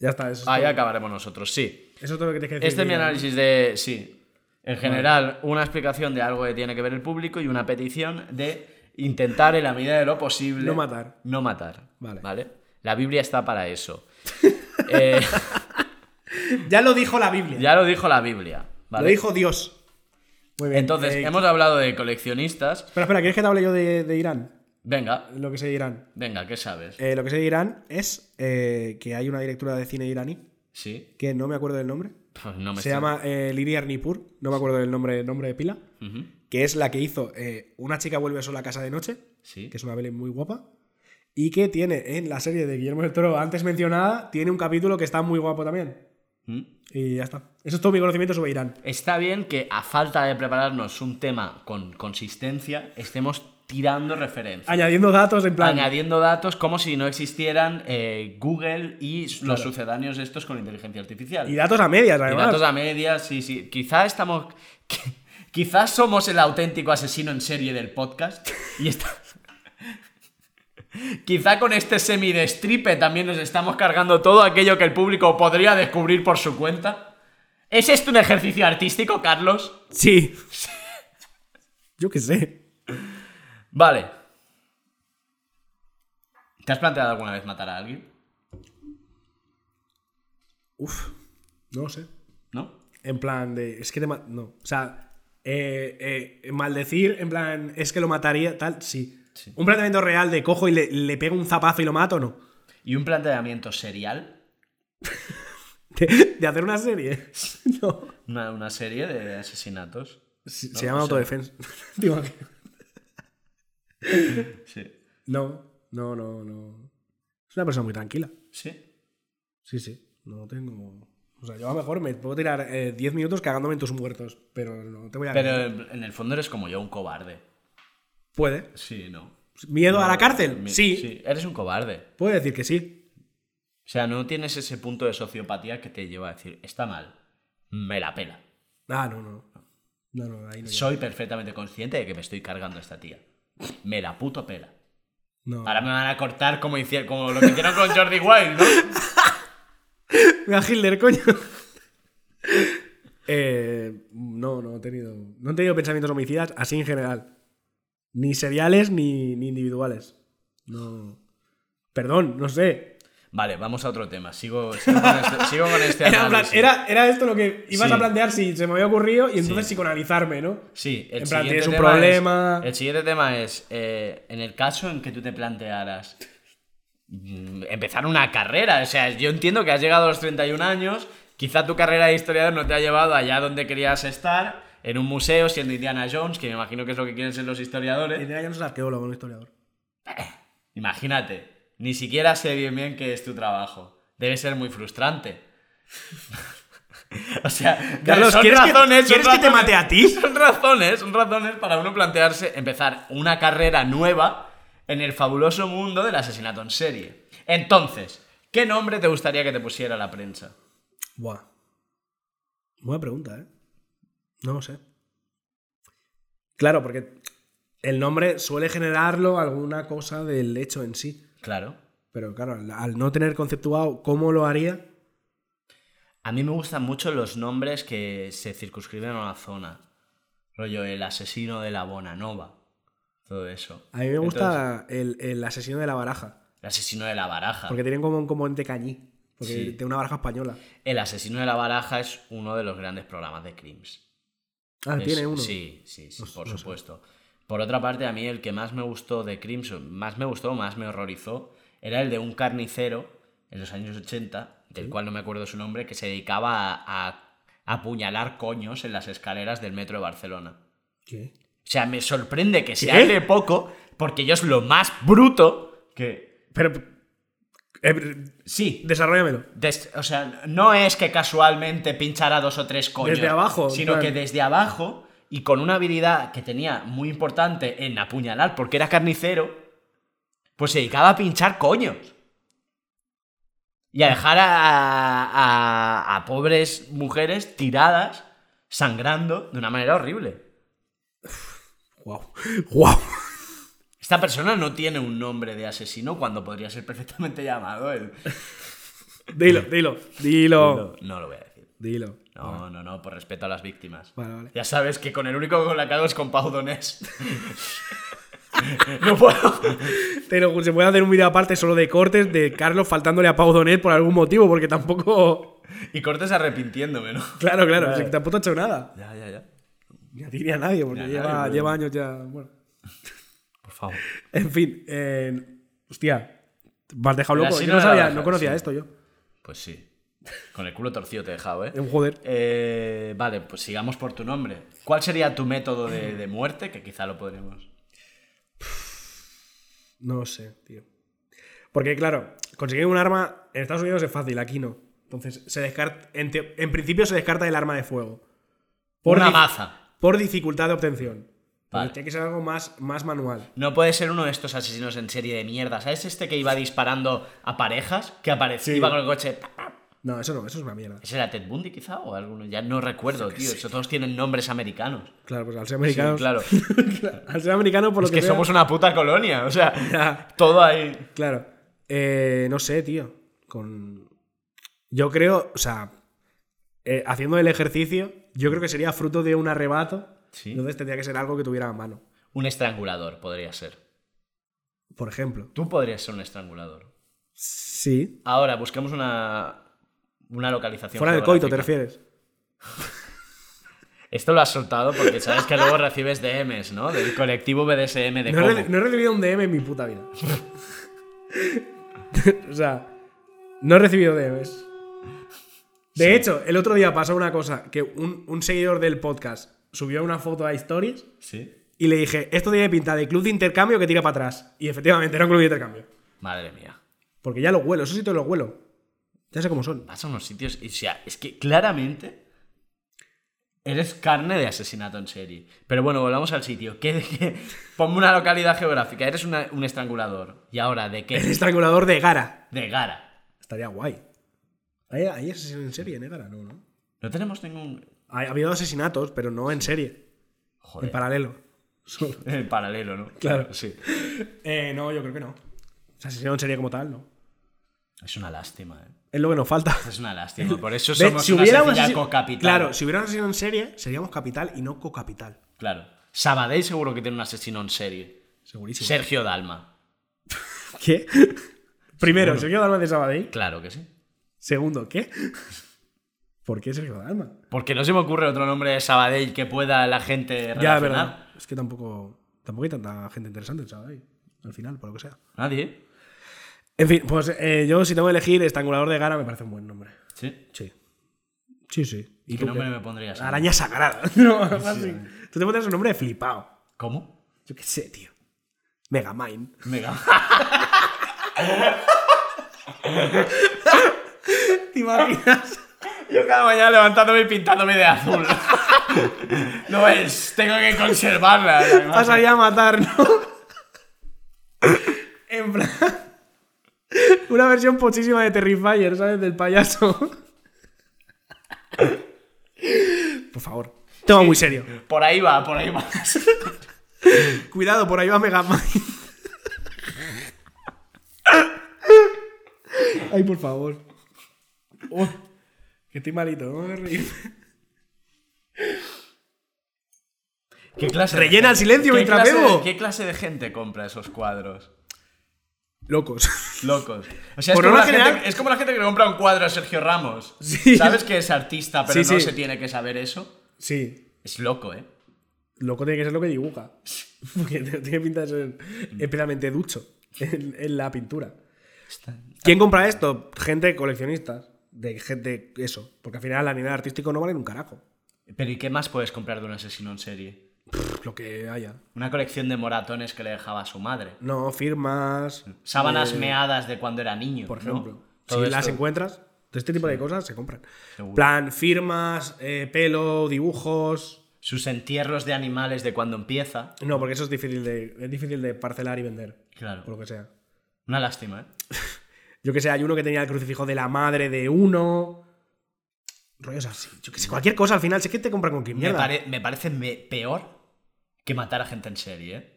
Speaker 2: Ya está. Eso es,
Speaker 1: Ahí
Speaker 2: todo,
Speaker 1: acabaremos nosotros, sí.
Speaker 2: eso es todo lo que tienes que decir.
Speaker 1: Ah, Este es mi
Speaker 2: Miguel.
Speaker 1: análisis de. Sí. En general, una explicación de algo que tiene que ver el público y una petición de intentar en la medida de lo posible.
Speaker 2: No matar.
Speaker 1: No matar.
Speaker 2: Vale.
Speaker 1: La Biblia está para eso. <laughs> Eh,
Speaker 2: Ya lo dijo la Biblia.
Speaker 1: ya lo dijo la Biblia. ¿vale?
Speaker 2: Lo dijo Dios. Muy bien.
Speaker 1: Entonces,
Speaker 2: Eh,
Speaker 1: hemos hablado de coleccionistas.
Speaker 2: Espera, espera, ¿quieres que te hable yo de, de Irán?
Speaker 1: Venga,
Speaker 2: Lo que sé de Irán.
Speaker 1: venga, ¿qué sabes?
Speaker 2: Eh, lo que sé de Irán es eh, que hay una directora de cine iraní,
Speaker 1: Sí.
Speaker 2: que no me acuerdo del nombre.
Speaker 1: Pues no me
Speaker 2: Se
Speaker 1: sé.
Speaker 2: llama eh, Lili Arnipur, no me acuerdo del nombre, nombre de pila,
Speaker 1: Ujú,
Speaker 2: que es la que hizo eh, Una chica vuelve sola a casa de noche,
Speaker 1: Sí.
Speaker 2: que es una peli muy guapa. Y que tiene en la serie de Guillermo del Toro antes mencionada, tiene un capítulo que está muy guapo también.
Speaker 1: Mm.
Speaker 2: Y ya está. Eso es todo mi conocimiento sobre Irán.
Speaker 1: Está bien que a falta de prepararnos un tema con consistencia, estemos tirando referencias.
Speaker 2: Añadiendo datos en plan.
Speaker 1: Añadiendo datos como si no existieran eh, Google y los sucedáneos estos con inteligencia artificial.
Speaker 2: Y datos a medias,
Speaker 1: Y
Speaker 2: además.
Speaker 1: datos a medias, sí, sí. Quizá estamos. Quizás somos el auténtico asesino en serie del podcast. Y está. Quizá con este semi de stripe también nos estamos cargando todo aquello que el público podría descubrir por su cuenta. ¿Es esto un ejercicio artístico, Carlos?
Speaker 2: Sí. <laughs> Yo qué sé.
Speaker 1: Vale. ¿Te has planteado alguna vez matar a alguien?
Speaker 2: Uf. No sé.
Speaker 1: ¿No?
Speaker 2: En plan de. Es que te. ma- No. O sea. eh, eh, maldecir, en plan. Es que lo mataría, tal. Sí.
Speaker 1: Sí.
Speaker 2: Un planteamiento real de cojo y le, le pego un zapazo y lo mato, no.
Speaker 1: Y un planteamiento serial,
Speaker 2: De, de hacer una serie. <laughs> No.
Speaker 1: una, una serie de asesinatos.
Speaker 2: Se,
Speaker 1: No,
Speaker 2: se llama
Speaker 1: o sea-
Speaker 2: autodefensa. <laughs> Te imaginas.
Speaker 1: Sí.
Speaker 2: no, no, no, no. Es una persona muy tranquila.
Speaker 1: Sí.
Speaker 2: Sí, sí. No tengo. O sea, yo a lo mejor me puedo tirar eh, 10 minutos cagándome en tus muertos, pero no te voy a.
Speaker 1: Pero en el fondo eres como yo, un cobarde.
Speaker 2: Puede.
Speaker 1: Sí, ¿no?
Speaker 2: ¿Miedo a la cárcel?
Speaker 1: Mi-
Speaker 2: sí.
Speaker 1: Eres un cobarde.
Speaker 2: Puede decir que sí.
Speaker 1: O sea, no tienes ese punto de sociopatía que te lleva a decir, está mal, me la pela.
Speaker 2: Ah, no, no. No, no, ahí no. llega.
Speaker 1: Soy perfectamente consciente de que me estoy cargando a esta tía. Me la puto pela.
Speaker 2: No.
Speaker 1: Ahora me van a cortar como, hicie- como lo que hicieron con Jordi Wild, ¿no?
Speaker 2: <laughs> Mira, Hitler, coño. <laughs> Eh, no, no he tenido. No he tenido pensamientos homicidas así en general. Ni seriales ni, ni individuales. No. Perdón, no sé.
Speaker 1: Vale, vamos a otro tema. Sigo, sigo con este, sigo con este
Speaker 2: Era, <laughs> en plan-
Speaker 1: análisis.
Speaker 2: era- era esto lo que ibas
Speaker 1: Sí.
Speaker 2: a plantear si se me había ocurrido y entonces
Speaker 1: Sí.
Speaker 2: psicoanalizarme, ¿no?
Speaker 1: Sí, el
Speaker 2: En plan,
Speaker 1: siguiente
Speaker 2: tienes un
Speaker 1: tema
Speaker 2: problema.
Speaker 1: es- el siguiente tema es, eh, en el caso en que tú te plantearas mm, empezar una carrera, o sea, yo entiendo que has llegado a los 31 años, quizá tu carrera de historiador no te ha llevado allá donde querías estar, en un museo siendo Indiana Jones, que me imagino que es lo que quieren ser los historiadores.
Speaker 2: Indiana Jones es arqueólogo, no historiador.
Speaker 1: Imagínate, ni siquiera sé bien bien qué es tu trabajo. Debe ser muy frustrante. <laughs> o sea,
Speaker 2: Carlos,
Speaker 1: son
Speaker 2: ¿quieres que-
Speaker 1: razones, son
Speaker 2: quieres que te
Speaker 1: razones-
Speaker 2: mate a ti?
Speaker 1: Son razones, son razones para uno plantearse empezar una carrera nueva en el fabuloso mundo del asesinato en serie. Entonces, ¿qué nombre te gustaría que te pusiera la prensa?
Speaker 2: Buah. Buena pregunta, ¿eh? No lo sé. Claro, porque el nombre suele generarlo alguna cosa del hecho en sí.
Speaker 1: Claro.
Speaker 2: Pero claro, al, al no tener conceptuado cómo lo haría,
Speaker 1: A mí me gustan mucho los nombres que se circunscriben a una zona. Rollo, el asesino de la Bonanova. Todo eso.
Speaker 2: a mí me
Speaker 1: Entonces,
Speaker 2: gusta el, el asesino de la baraja.
Speaker 1: El asesino de la baraja.
Speaker 2: Porque tienen como un componente cañí. Porque
Speaker 1: Sí.
Speaker 2: tiene una baraja española.
Speaker 1: El asesino de la baraja es uno de los grandes programas de crims.
Speaker 2: Ah,
Speaker 1: Es-
Speaker 2: tiene uno.
Speaker 1: Sí, sí, sí, por
Speaker 2: no sé.
Speaker 1: supuesto. Por otra parte, a mí el que más me gustó de Crimson, más me gustó, más me horrorizó, era el de un carnicero en los años 80, del cual no me acuerdo su nombre, que se dedicaba a, a apuñalar coños en las escaleras del metro de Barcelona.
Speaker 2: ¿Qué?
Speaker 1: O sea, me sorprende que se
Speaker 2: ¿Qué?
Speaker 1: hable poco, porque yo es lo más bruto que...
Speaker 2: Pero. eh,
Speaker 1: Sí,
Speaker 2: desarróllamelo.
Speaker 1: Des- o sea, no es que casualmente pinchara dos o tres coños.
Speaker 2: Desde abajo,
Speaker 1: Sino
Speaker 2: en
Speaker 1: que
Speaker 2: plan.
Speaker 1: desde abajo y con una habilidad que tenía muy importante en apuñalar porque era carnicero, pues se dedicaba a pinchar coños. Y a dejar a, a- a pobres mujeres tiradas, sangrando, de una manera horrible.
Speaker 2: Wow. <laughs> Wow.
Speaker 1: Esta persona no tiene un nombre de asesino cuando podría ser perfectamente llamado el...
Speaker 2: <laughs> Dilo, dilo, dilo.
Speaker 1: No lo voy a decir.
Speaker 2: Dilo.
Speaker 1: No, no, no, por respeto a las víctimas.
Speaker 2: Vale, vale.
Speaker 1: Ya sabes que con el único con la que hago es con Pau Donés. <laughs> no puedo.
Speaker 2: Pero se puede hacer un vídeo aparte solo de cortes de Carlos faltándole a Pau Donet por algún motivo, porque tampoco. <laughs>
Speaker 1: Y cortes arrepintiéndome, ¿no?
Speaker 2: Claro, claro,
Speaker 1: Vale.
Speaker 2: es que tampoco ha hecho nada.
Speaker 1: Ya, ya, ya.
Speaker 2: Ni a ti ni a nadie, porque
Speaker 1: Ni a
Speaker 2: lleva,
Speaker 1: nadie, pero-
Speaker 2: lleva años ya. Bueno.
Speaker 1: Por favor.
Speaker 2: En fin, eh, hostia, me has dejado
Speaker 1: El
Speaker 2: loco. Yo
Speaker 1: asesino
Speaker 2: no,
Speaker 1: de la
Speaker 2: sabía,
Speaker 1: baraja,
Speaker 2: no conocía
Speaker 1: sí.
Speaker 2: esto yo.
Speaker 1: Pues sí. Con el culo torcido te he dejado, ¿eh?
Speaker 2: Eh, Joder.
Speaker 1: Eh, Vale, pues sigamos por tu nombre. ¿Cuál sería tu método de, de muerte? Que quizá lo podremos.
Speaker 2: No lo sé, tío. Porque, claro, conseguir un arma en Estados Unidos es fácil, aquí no. Entonces, se descarta, en, teo- en principio se descarta el arma de fuego.
Speaker 1: Una
Speaker 2: di-
Speaker 1: maza.
Speaker 2: Por dificultad de obtención.
Speaker 1: Vale.
Speaker 2: Tiene que ser algo más, más manual.
Speaker 1: No puede ser uno de estos asesinos en serie de mierda. ¿Sabes este que iba disparando a parejas? Que aparecía
Speaker 2: Sí.
Speaker 1: iba con el coche.
Speaker 2: No, eso no, eso es una mierda.
Speaker 1: ¿Ese era Ted Bundy quizá? O alguno. Ya no recuerdo, tío. Eso todos tienen nombres americanos.
Speaker 2: Claro, pues al ser
Speaker 1: Sí,
Speaker 2: americano.
Speaker 1: claro. <laughs>
Speaker 2: al ser americano, por
Speaker 1: Es
Speaker 2: lo que,
Speaker 1: que
Speaker 2: sea-
Speaker 1: somos una puta colonia, o sea,
Speaker 2: <laughs> Ya.
Speaker 1: todo ahí.
Speaker 2: Claro. Eh, no sé, tío. Con. Yo creo, o sea, eh, haciendo el ejercicio, yo creo que sería fruto de un arrebato.
Speaker 1: Sí.
Speaker 2: Entonces tendría que ser algo que tuviera a mano.
Speaker 1: Un estrangulador podría ser.
Speaker 2: Por ejemplo.
Speaker 1: Tú podrías ser un estrangulador.
Speaker 2: Sí.
Speaker 1: Ahora, busquemos una. una localización.
Speaker 2: Fuera del coito, ¿te
Speaker 1: pues geográfica.
Speaker 2: refieres?
Speaker 1: Esto lo has soltado porque sabes que luego recibes DMs, ¿no? Del colectivo BDSM de
Speaker 2: No he, re-
Speaker 1: Como.
Speaker 2: no he recibido un DM en mi puta vida. <laughs> o sea, no he recibido DMs. De hecho, el otro día pasó una cosa que un, un seguidor del podcast subió una foto a Stories
Speaker 1: Sí.
Speaker 2: y le dije, esto tiene pinta de club de intercambio que tira para atrás. Y efectivamente era un club de intercambio.
Speaker 1: Madre mía.
Speaker 2: Porque ya lo huelo, esos sitios los huelo. Ya sé cómo son.
Speaker 1: Vas a unos sitios. y, O sea, es que claramente. Eres carne de asesinato en serie. Pero bueno, volvamos al sitio. ¿Qué, qué? Ponme una localidad geográfica. Eres una- un estrangulador. ¿Y ahora de
Speaker 2: El
Speaker 1: qué?
Speaker 2: estrangulador de Gara.
Speaker 1: De Gara.
Speaker 2: Estaría guay. Hay, hay asesinos en serie en Gara, ¿no? no?
Speaker 1: No tenemos ningún.
Speaker 2: Ha, ha habido asesinatos, pero no en serie. En
Speaker 1: Joder.
Speaker 2: paralelo.
Speaker 1: <laughs> En paralelo, ¿no?
Speaker 2: Claro.
Speaker 1: Sí.
Speaker 2: Eh, no, yo creo que no. O sea, asesino en serie como tal, no.
Speaker 1: Es una lástima, ¿eh?
Speaker 2: Es lo que nos falta.
Speaker 1: Es una
Speaker 2: <laughs>
Speaker 1: lástima. Por eso
Speaker 2: Ve,
Speaker 1: somos una
Speaker 2: un
Speaker 1: sencilla
Speaker 2: asesino-
Speaker 1: cocapital.
Speaker 2: Claro, si hubiera un asesino en serie, seríamos capital y no cocapital.
Speaker 1: Claro. Sabadell seguro que tiene un asesino en serie.
Speaker 2: Segurísimo.
Speaker 1: Sergio Dalma.
Speaker 2: ¿Qué? <laughs> Primero, Sergio Dalma de Sabadell.
Speaker 1: Claro que sí.
Speaker 2: Segundo, ¿qué? <laughs> ¿Por qué Sergio Dalma?
Speaker 1: Porque no se me ocurre otro nombre de Sabadell que pueda la gente
Speaker 2: Ya,
Speaker 1: relacionar.
Speaker 2: es verdad. Es que tampoco, tampoco hay tanta gente interesante en Sabadell. Al final, por lo que sea.
Speaker 1: Nadie. ¿eh?
Speaker 2: En fin, pues eh, yo si tengo que elegir Estrangulador de Gara me parece un buen nombre.
Speaker 1: Sí.
Speaker 2: Sí. Sí, sí. ¿Y
Speaker 1: ¿Qué
Speaker 2: tú
Speaker 1: nombre
Speaker 2: qué?
Speaker 1: me pondrías?
Speaker 2: Araña sagrada. <laughs> No, algo así. Tú te pones un nombre de flipado.
Speaker 1: ¿Cómo?
Speaker 2: Yo qué sé, tío. Megamind. <laughs>
Speaker 1: Mega.
Speaker 2: ¿Te <laughs> imaginas?
Speaker 1: Yo cada mañana levantándome y pintándome de
Speaker 2: <laughs>
Speaker 1: azul. no es. Tengo que conservarla. la imagen.
Speaker 2: Vas allá a matar, ¿no? <laughs> en plan. <laughs> Una versión pochísima de Terrifier, ¿sabes? Del payaso. <laughs> Por favor. Toma muy serio.
Speaker 1: Por ahí va, por ahí va.
Speaker 2: Cuidado, por ahí va Megamind. <laughs> Ay, por favor. Oh, que estoy malito, no me reí.
Speaker 1: ¿Qué clase
Speaker 2: Rellena el silencio
Speaker 1: ¿Qué
Speaker 2: mientras
Speaker 1: clase de-
Speaker 2: bebo.
Speaker 1: ¿Qué clase de gente compra esos cuadros?
Speaker 2: Locos.
Speaker 1: Locos. O sea, es
Speaker 2: Por
Speaker 1: como, la
Speaker 2: norma
Speaker 1: gente,
Speaker 2: general-
Speaker 1: es como la gente que compra un cuadro a Sergio Ramos.
Speaker 2: Sí.
Speaker 1: ¿Sabes que es artista, pero
Speaker 2: Sí,
Speaker 1: no
Speaker 2: sí.
Speaker 1: se tiene que saber eso?
Speaker 2: Sí,
Speaker 1: Es loco, ¿eh?
Speaker 2: loco tiene que ser lo que dibuja. <laughs> Porque tiene pinta de ser especialmente ducho en, en la pintura. ¿Quién compra esto? Gente coleccionista. De gente, eso. Porque al final a nivel artístico no valen un carajo.
Speaker 1: Pero ¿y qué más puedes comprar de un asesino en serie?
Speaker 2: Pff, Lo que haya.
Speaker 1: Una colección de moratones que le dejaba a su madre.
Speaker 2: No, firmas.
Speaker 1: Sábanas
Speaker 2: eh,
Speaker 1: meadas de cuando era niño.
Speaker 2: Por
Speaker 1: ¿no?
Speaker 2: ejemplo. Si
Speaker 1: Todo
Speaker 2: las
Speaker 1: esto.
Speaker 2: encuentras, de este tipo de cosas se compran.
Speaker 1: Seguro.
Speaker 2: Plan, firmas, eh, pelo, dibujos.
Speaker 1: Sus entierros de animales de cuando empieza.
Speaker 2: No, porque eso es difícil de, es difícil de parcelar y vender. O lo
Speaker 1: Claro.
Speaker 2: que sea.
Speaker 1: Una lástima, ¿eh?
Speaker 2: Yo que sé, hay uno que tenía el crucifijo de la madre de uno. Rollos así. Yo que sé, cualquier cosa al final. Sé que te compran con qué
Speaker 1: Me,
Speaker 2: mierda.
Speaker 1: pare- me parece me- peor que matar a gente en serie, ¿eh?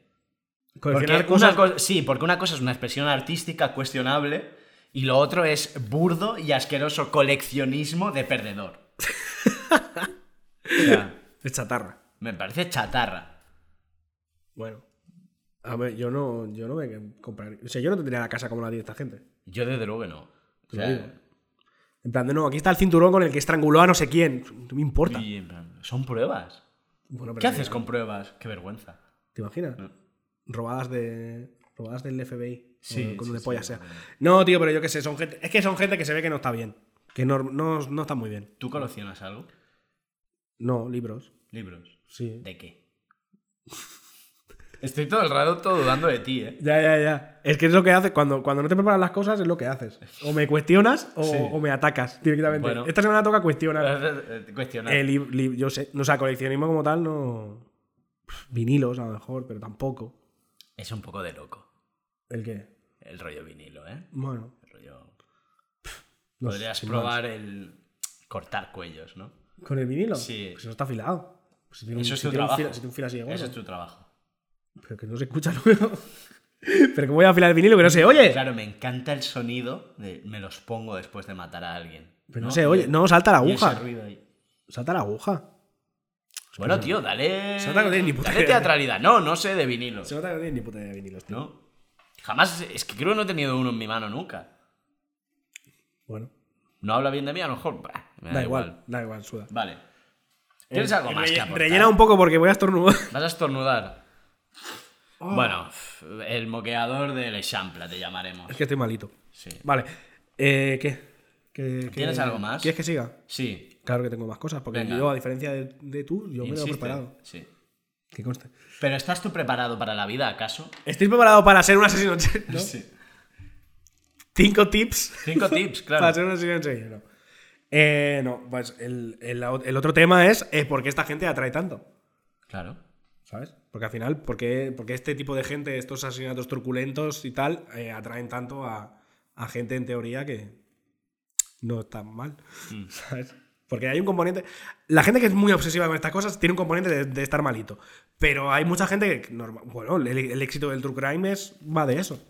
Speaker 2: Coleccionar
Speaker 1: Porque una
Speaker 2: cosas.
Speaker 1: co- sí, porque una cosa es una expresión artística cuestionable y lo otro es burdo y asqueroso coleccionismo de perdedor. O sea,
Speaker 2: Es chatarra.
Speaker 1: me parece chatarra.
Speaker 2: Bueno. A ver, yo no, yo no me compraría. O sea, yo no tendría la casa como la tiene esta gente.
Speaker 1: Yo desde luego que no. O
Speaker 2: Te lo
Speaker 1: sea,
Speaker 2: digo. En plan, de no, aquí está el cinturón con el que estranguló a no sé quién. No me importa.
Speaker 1: y en plan, son pruebas.
Speaker 2: Bueno, pero
Speaker 1: ¿Qué
Speaker 2: mira,
Speaker 1: haces Mm. con pruebas? Qué vergüenza.
Speaker 2: ¿Te imaginas? Robadas de. Robadas del FBI.
Speaker 1: Sí,
Speaker 2: Sí. Con
Speaker 1: sí,
Speaker 2: de
Speaker 1: sí,
Speaker 2: polla
Speaker 1: sí,
Speaker 2: sea.
Speaker 1: sí.
Speaker 2: No, tío, pero yo qué sé, son gente. Es que son gente que se ve que no está bien. Que no, no, no está muy bien.
Speaker 1: ¿Tú coleccionas algo?
Speaker 2: No, libros.
Speaker 1: ¿Libros?
Speaker 2: Sí.
Speaker 1: ¿De qué? Estoy todo el rato todo dudando de ti, ¿eh? <laughs>
Speaker 2: Ya, ya, ya. Es que es lo que haces. Cuando, cuando no te preparas las cosas, es lo que haces. O me cuestionas o,
Speaker 1: Sí.
Speaker 2: o me atacas directamente.
Speaker 1: Bueno.
Speaker 2: Esta semana toca cuestionar.
Speaker 1: Cuestionar.
Speaker 2: Eh, li- li- yo sé. No, o sea, coleccionismo como tal, no. Pff, Vinilos, a lo mejor, pero tampoco.
Speaker 1: Es un poco de loco.
Speaker 2: ¿El qué?
Speaker 1: El rollo vinilo, ¿eh?
Speaker 2: Bueno.
Speaker 1: El rollo...
Speaker 2: no sé,
Speaker 1: Podrías
Speaker 2: sin más.
Speaker 1: probar el cortar cuellos, ¿no?
Speaker 2: ¿Con el vinilo?
Speaker 1: Sí.
Speaker 2: Pues eso está afilado. Pues si tiene un-
Speaker 1: Eso es
Speaker 2: si
Speaker 1: tu
Speaker 2: tiene un
Speaker 1: trabajo.
Speaker 2: fila- si tiene un fila así de gordo.
Speaker 1: Ese es tu trabajo.
Speaker 2: Pero que no se escucha <laughs> luego. pero que voy a afilar el vinilo que no se oye.
Speaker 1: Claro, me encanta el sonido de me los pongo después de matar a alguien.
Speaker 2: Pero no, se oye. No, salta la
Speaker 1: Y ese
Speaker 2: aguja.
Speaker 1: ruido ahí.
Speaker 2: Salta la aguja.
Speaker 1: Bueno, tío, dale.
Speaker 2: Se nota que no tienes ni puta
Speaker 1: Dale
Speaker 2: idea.
Speaker 1: teatralidad. No, no sé de vinilo.
Speaker 2: Se nota que no tienes ni puta idea de vinilos, tío.
Speaker 1: ¿No? Jamás. Es que creo que no he tenido uno en mi mano nunca.
Speaker 2: Bueno.
Speaker 1: No habla bien de mí, a lo mejor. bah, me da,
Speaker 2: da
Speaker 1: igual.
Speaker 2: igual, da igual, suda.
Speaker 1: Vale. ¿Tienes algo más que
Speaker 2: Eh, Relle-
Speaker 1: aportar?
Speaker 2: Rellena un poco Oh. porque voy a estornudar. <laughs>
Speaker 1: Vas a estornudar. Bueno, f- el moqueador del Echampla te llamaremos.
Speaker 2: Es que estoy malito.
Speaker 1: Sí.
Speaker 2: Vale. Eh, ¿qué? ¿Qué- qué-
Speaker 1: ¿Tienes algo más?
Speaker 2: ¿Quieres que siga?
Speaker 1: Sí.
Speaker 2: Claro que tengo más cosas, porque
Speaker 1: Venga.
Speaker 2: yo, a diferencia de, de tú, yo me lo he
Speaker 1: insiste.
Speaker 2: preparado.
Speaker 1: Sí.
Speaker 2: Que conste.
Speaker 1: Pero ¿estás tú preparado para la vida, acaso?
Speaker 2: Estoy preparado para ser un asesino en serie, ¿no?
Speaker 1: Sí.
Speaker 2: <laughs> Cinco tips
Speaker 1: Cinco tips,
Speaker 2: para
Speaker 1: claro.
Speaker 2: ser un asesino en serie, no. Eh, no, pues el, el- el otro tema es eh, por qué esta gente atrae tanto,
Speaker 1: Claro.
Speaker 2: ¿sabes? Porque al final, ¿por qué, por qué este tipo de gente, estos asesinatos truculentos y tal, eh, atraen tanto a, a gente en teoría que no es tan mal, <laughs> ¿sabes? Porque hay un componente... La gente que es muy obsesiva con estas cosas tiene un componente de, de estar malito, pero hay mucha gente que... norma- bueno, el, el éxito del true crime es, va de eso.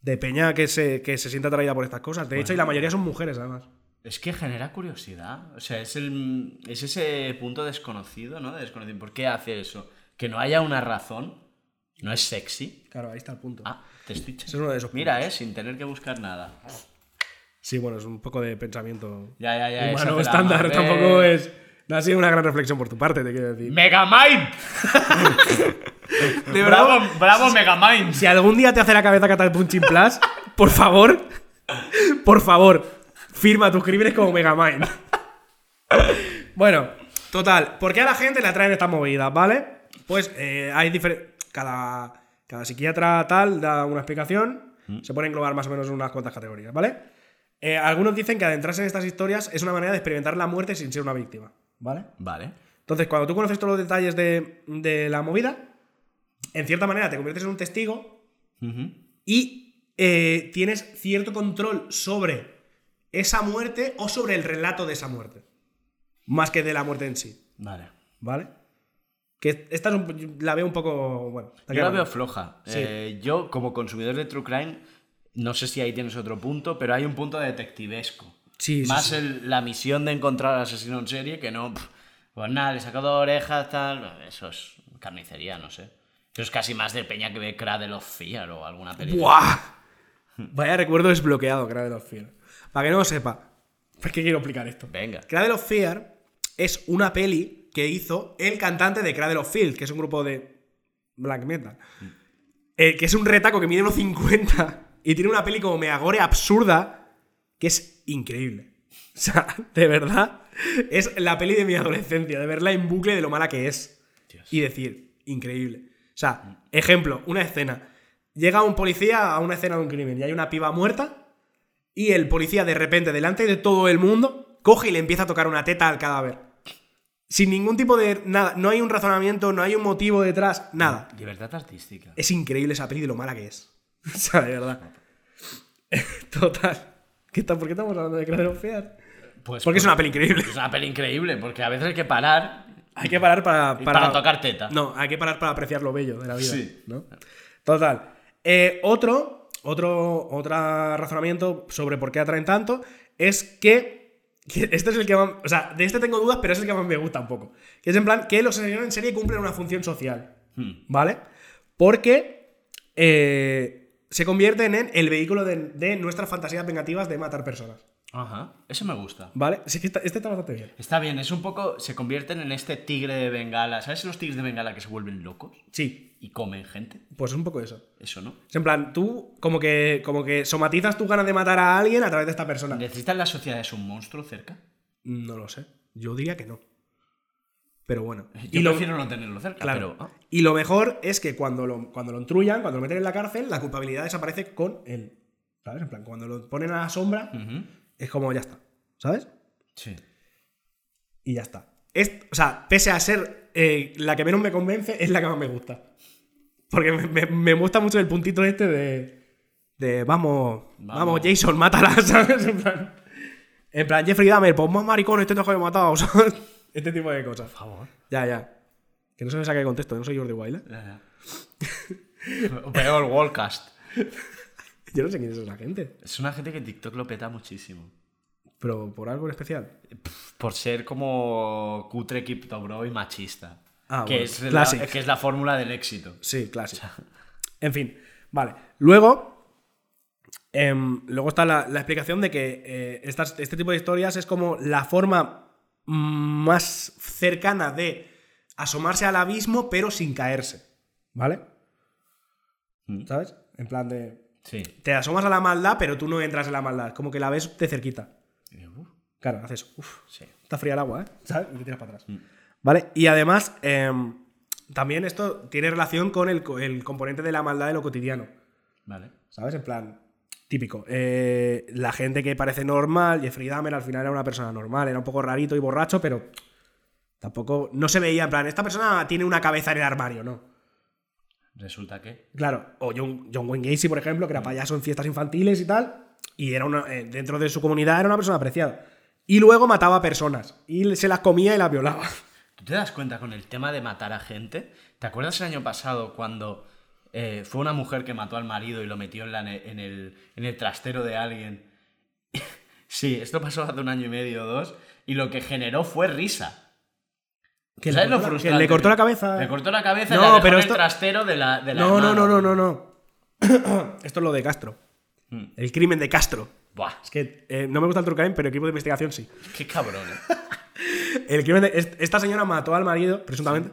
Speaker 2: De peña que se, que se siente atraída por estas cosas. De hecho, y la mayoría son mujeres, además.
Speaker 1: Es que genera curiosidad. O sea, es, el, es ese punto desconocido, ¿no? De desconocido. ¿Por qué hace eso? Que no haya una razón. No es sexy.
Speaker 2: Claro, ahí está el punto.
Speaker 1: Ah, te estoy echando.
Speaker 2: Ese es uno de esos
Speaker 1: Mira, eh, sin tener que buscar nada.
Speaker 2: Sí, bueno, es un poco de pensamiento
Speaker 1: Ya, ya, ya. esa te
Speaker 2: humano
Speaker 1: la
Speaker 2: estándar.
Speaker 1: mandé.
Speaker 2: Tampoco es. No ha sido una gran reflexión por tu parte, te quiero decir.
Speaker 1: ¡Megamind!
Speaker 2: <laughs> De
Speaker 1: ¡Bravo, bravo Megamind!
Speaker 2: Si algún día te hace la cabeza Catapunchin Plus, por favor, por favor, firma tus crímenes como Megamind. Bueno, total. ¿Por qué a la gente le atraen estas movidas, vale? Pues eh, hay diferentes. Cada, cada psiquiatra tal da una explicación.
Speaker 1: Mm.
Speaker 2: Se puede englobar más o menos en unas cuantas categorías, ¿vale? Eh, algunos dicen que adentrarse en estas historias es una manera de experimentar la muerte sin ser una víctima, ¿vale?
Speaker 1: Vale.
Speaker 2: Entonces, cuando tú conoces todos los detalles de, de la movida, en cierta manera te conviertes en un testigo
Speaker 1: Ujú.
Speaker 2: y eh, tienes cierto control sobre esa muerte o sobre el relato de esa muerte. Más que de la muerte en sí,
Speaker 1: Vale.
Speaker 2: ¿vale? Que esta es un- la veo un poco. Bueno, está
Speaker 1: Yo la
Speaker 2: claro.
Speaker 1: veo floja.
Speaker 2: Sí.
Speaker 1: Eh, yo, como consumidor de True Crime, no sé si ahí tienes otro punto, pero hay un punto detectivesco.
Speaker 2: Sí, sí,
Speaker 1: Más
Speaker 2: sí.
Speaker 1: el- la misión de encontrar al asesino en serie que no. pff, pues nada, le he sacado orejas, tal. Eso es carnicería, no sé. Eso es casi más de peña que ve Cradle of Fear o alguna película.
Speaker 2: ¡Buah! Vaya recuerdo desbloqueado, Cradle of Fear. Para que no lo sepa, es que quiero explicar esto.
Speaker 1: Venga.
Speaker 2: Cradle of Fear es una peli que hizo el cantante de Cradle of Field, que es un grupo de black metal. Eh, que es un retaco que mide unos 50 y tiene una peli como meagore absurda que es increíble. <laughs> O sea, de verdad, es la peli de mi adolescencia, de verla en bucle de lo mala que es. Y decir, increíble. O sea, ejemplo, una escena. Llega un policía a una escena de un crimen y hay una piba muerta y el policía de repente, delante de todo el mundo, coge y le empieza a tocar una teta al cadáver. Sin ningún tipo de... Nada, no hay un razonamiento, no hay un motivo detrás, nada.
Speaker 1: Libertad artística.
Speaker 2: Es increíble esa peli de lo mala que es. <laughs> O sea, de verdad. <laughs> Total. ¿Qué tal? ¿Por qué estamos hablando de Cradle of Fear?
Speaker 1: Pues
Speaker 2: Porque es una peli increíble.
Speaker 1: es una peli increíble, porque a veces hay que parar
Speaker 2: Hay que parar para...
Speaker 1: y para, tocar teta.
Speaker 2: No, hay que parar para apreciar lo bello de la vida.
Speaker 1: Sí.
Speaker 2: ¿no? Total. Eh, otro, otro, otro razonamiento sobre por qué atraen tanto es que. que Este es el que más. O sea, de este tengo dudas, pero es el que más me gusta un poco. Que es en plan que los asesinos en serie cumplen una función social.
Speaker 1: Hmm.
Speaker 2: ¿Vale? Porque eh, se convierten en el vehículo de, de nuestras fantasías vengativas de matar personas.
Speaker 1: Ajá. Eso me gusta.
Speaker 2: ¿Vale? Sí, que está- este está bastante bien.
Speaker 1: Está bien, es un poco. Se convierten en este tigre de Bengala. ¿Sabes los tigres de Bengala que se vuelven locos
Speaker 2: Sí,
Speaker 1: y comen gente?
Speaker 2: pues es un poco eso.
Speaker 1: Eso no.
Speaker 2: Es en plan, tú como que, como que somatizas tu ganas de matar a alguien a través de esta persona.
Speaker 1: ¿Necesitan las sociedades un monstruo cerca?
Speaker 2: No lo sé. Yo diría que no. Pero bueno.
Speaker 1: Yo
Speaker 2: lo,
Speaker 1: prefiero no tenerlo cerca,
Speaker 2: claro.
Speaker 1: pero. ah,
Speaker 2: Y lo mejor es que cuando lo, cuando lo entrullan, cuando lo meten en la cárcel, la culpabilidad desaparece con él. ¿Sabes? En plan, cuando lo ponen a la sombra,
Speaker 1: ujú.
Speaker 2: es como ya está. ¿Sabes?
Speaker 1: Sí.
Speaker 2: Y ya está. Es, o sea, pese a ser eh, la que menos me convence, es la que más me gusta. Porque me, me- me gusta mucho el puntito este de. de vamos, vamos,
Speaker 1: Vamos.
Speaker 2: Jason, mátala, <laughs> ¿sabes? En plan, en plan, Jeffrey Dahmer, pues más maricón, este te he matado, ¿sabes? <laughs> Este tipo de cosas.
Speaker 1: Por favor.
Speaker 2: Ya, ya. Que no se me saque de contexto, no soy Jordi ¿eh? Wilder.
Speaker 1: <laughs> Peor Wallcast.
Speaker 2: Yo no sé quién es esa gente,
Speaker 1: Es una gente que en TikTok lo peta muchísimo.
Speaker 2: pero por algo en especial.
Speaker 1: Por ser como cutre, criptobro y machista.
Speaker 2: Ah,
Speaker 1: que,
Speaker 2: bueno.
Speaker 1: es la,
Speaker 2: Classic.
Speaker 1: que es la fórmula del éxito.
Speaker 2: Sí, clásico. En fin, vale. Luego, Em, luego está la, la explicación de que eh, estas- este tipo de historias es como la forma más cercana de asomarse al abismo, pero sin caerse. ¿Vale? ¿Sabes? En plan de.
Speaker 1: Sí.
Speaker 2: Te asomas a la maldad, pero tú no entras en la maldad. Es Como que la ves de cerquita.
Speaker 1: uh,
Speaker 2: Claro, haces. Uf,
Speaker 1: Sí.
Speaker 2: Está fría el agua, ¿eh? ¿Sabes? Y te tiras para atrás. Vale, y además, em, también esto tiene relación con el, co- el componente de la maldad de lo cotidiano.
Speaker 1: Vale.
Speaker 2: ¿Sabes? En plan, típico. Eh, la gente que parece normal, Jeffrey Dahmer al final era una persona normal, era un poco rarito y borracho, pero tampoco. No se veía, en plan, esta persona tiene una cabeza en el armario, ¿no?
Speaker 1: Resulta que.
Speaker 2: Claro, o John, John Wayne Gacy, por ejemplo, que era payaso en fiestas infantiles y tal, y era una, eh, dentro de su comunidad era una persona apreciada. Y luego mataba a personas, y se las comía y las violaba.
Speaker 1: ¿Tú te das cuenta con el tema de matar a gente? ¿Te acuerdas el año pasado cuando eh, fue una mujer que mató al marido y lo metió en, la ne- en el, en el trastero de alguien? <laughs> sí, esto pasó hace un año y medio o dos y lo que generó fue risa.
Speaker 2: Que
Speaker 1: ¿Sabes lo
Speaker 2: le, cortó la- que
Speaker 1: frustrante?
Speaker 2: le cortó la cabeza.
Speaker 1: Le cortó la cabeza y
Speaker 2: No,
Speaker 1: la dejó
Speaker 2: pero
Speaker 1: en
Speaker 2: esto-
Speaker 1: el trastero de la, de la
Speaker 2: No, no,
Speaker 1: hermana.
Speaker 2: no, no, no, no. <clears throat> Esto es lo de Castro.
Speaker 1: Mm.
Speaker 2: El crimen de Castro.
Speaker 1: Buah,
Speaker 2: Es que eh, no me gusta el true crime, pero equipo de investigación sí.
Speaker 1: qué cabrón. ¿eh?
Speaker 2: El crimen de- est- esta señora mató al marido, presuntamente.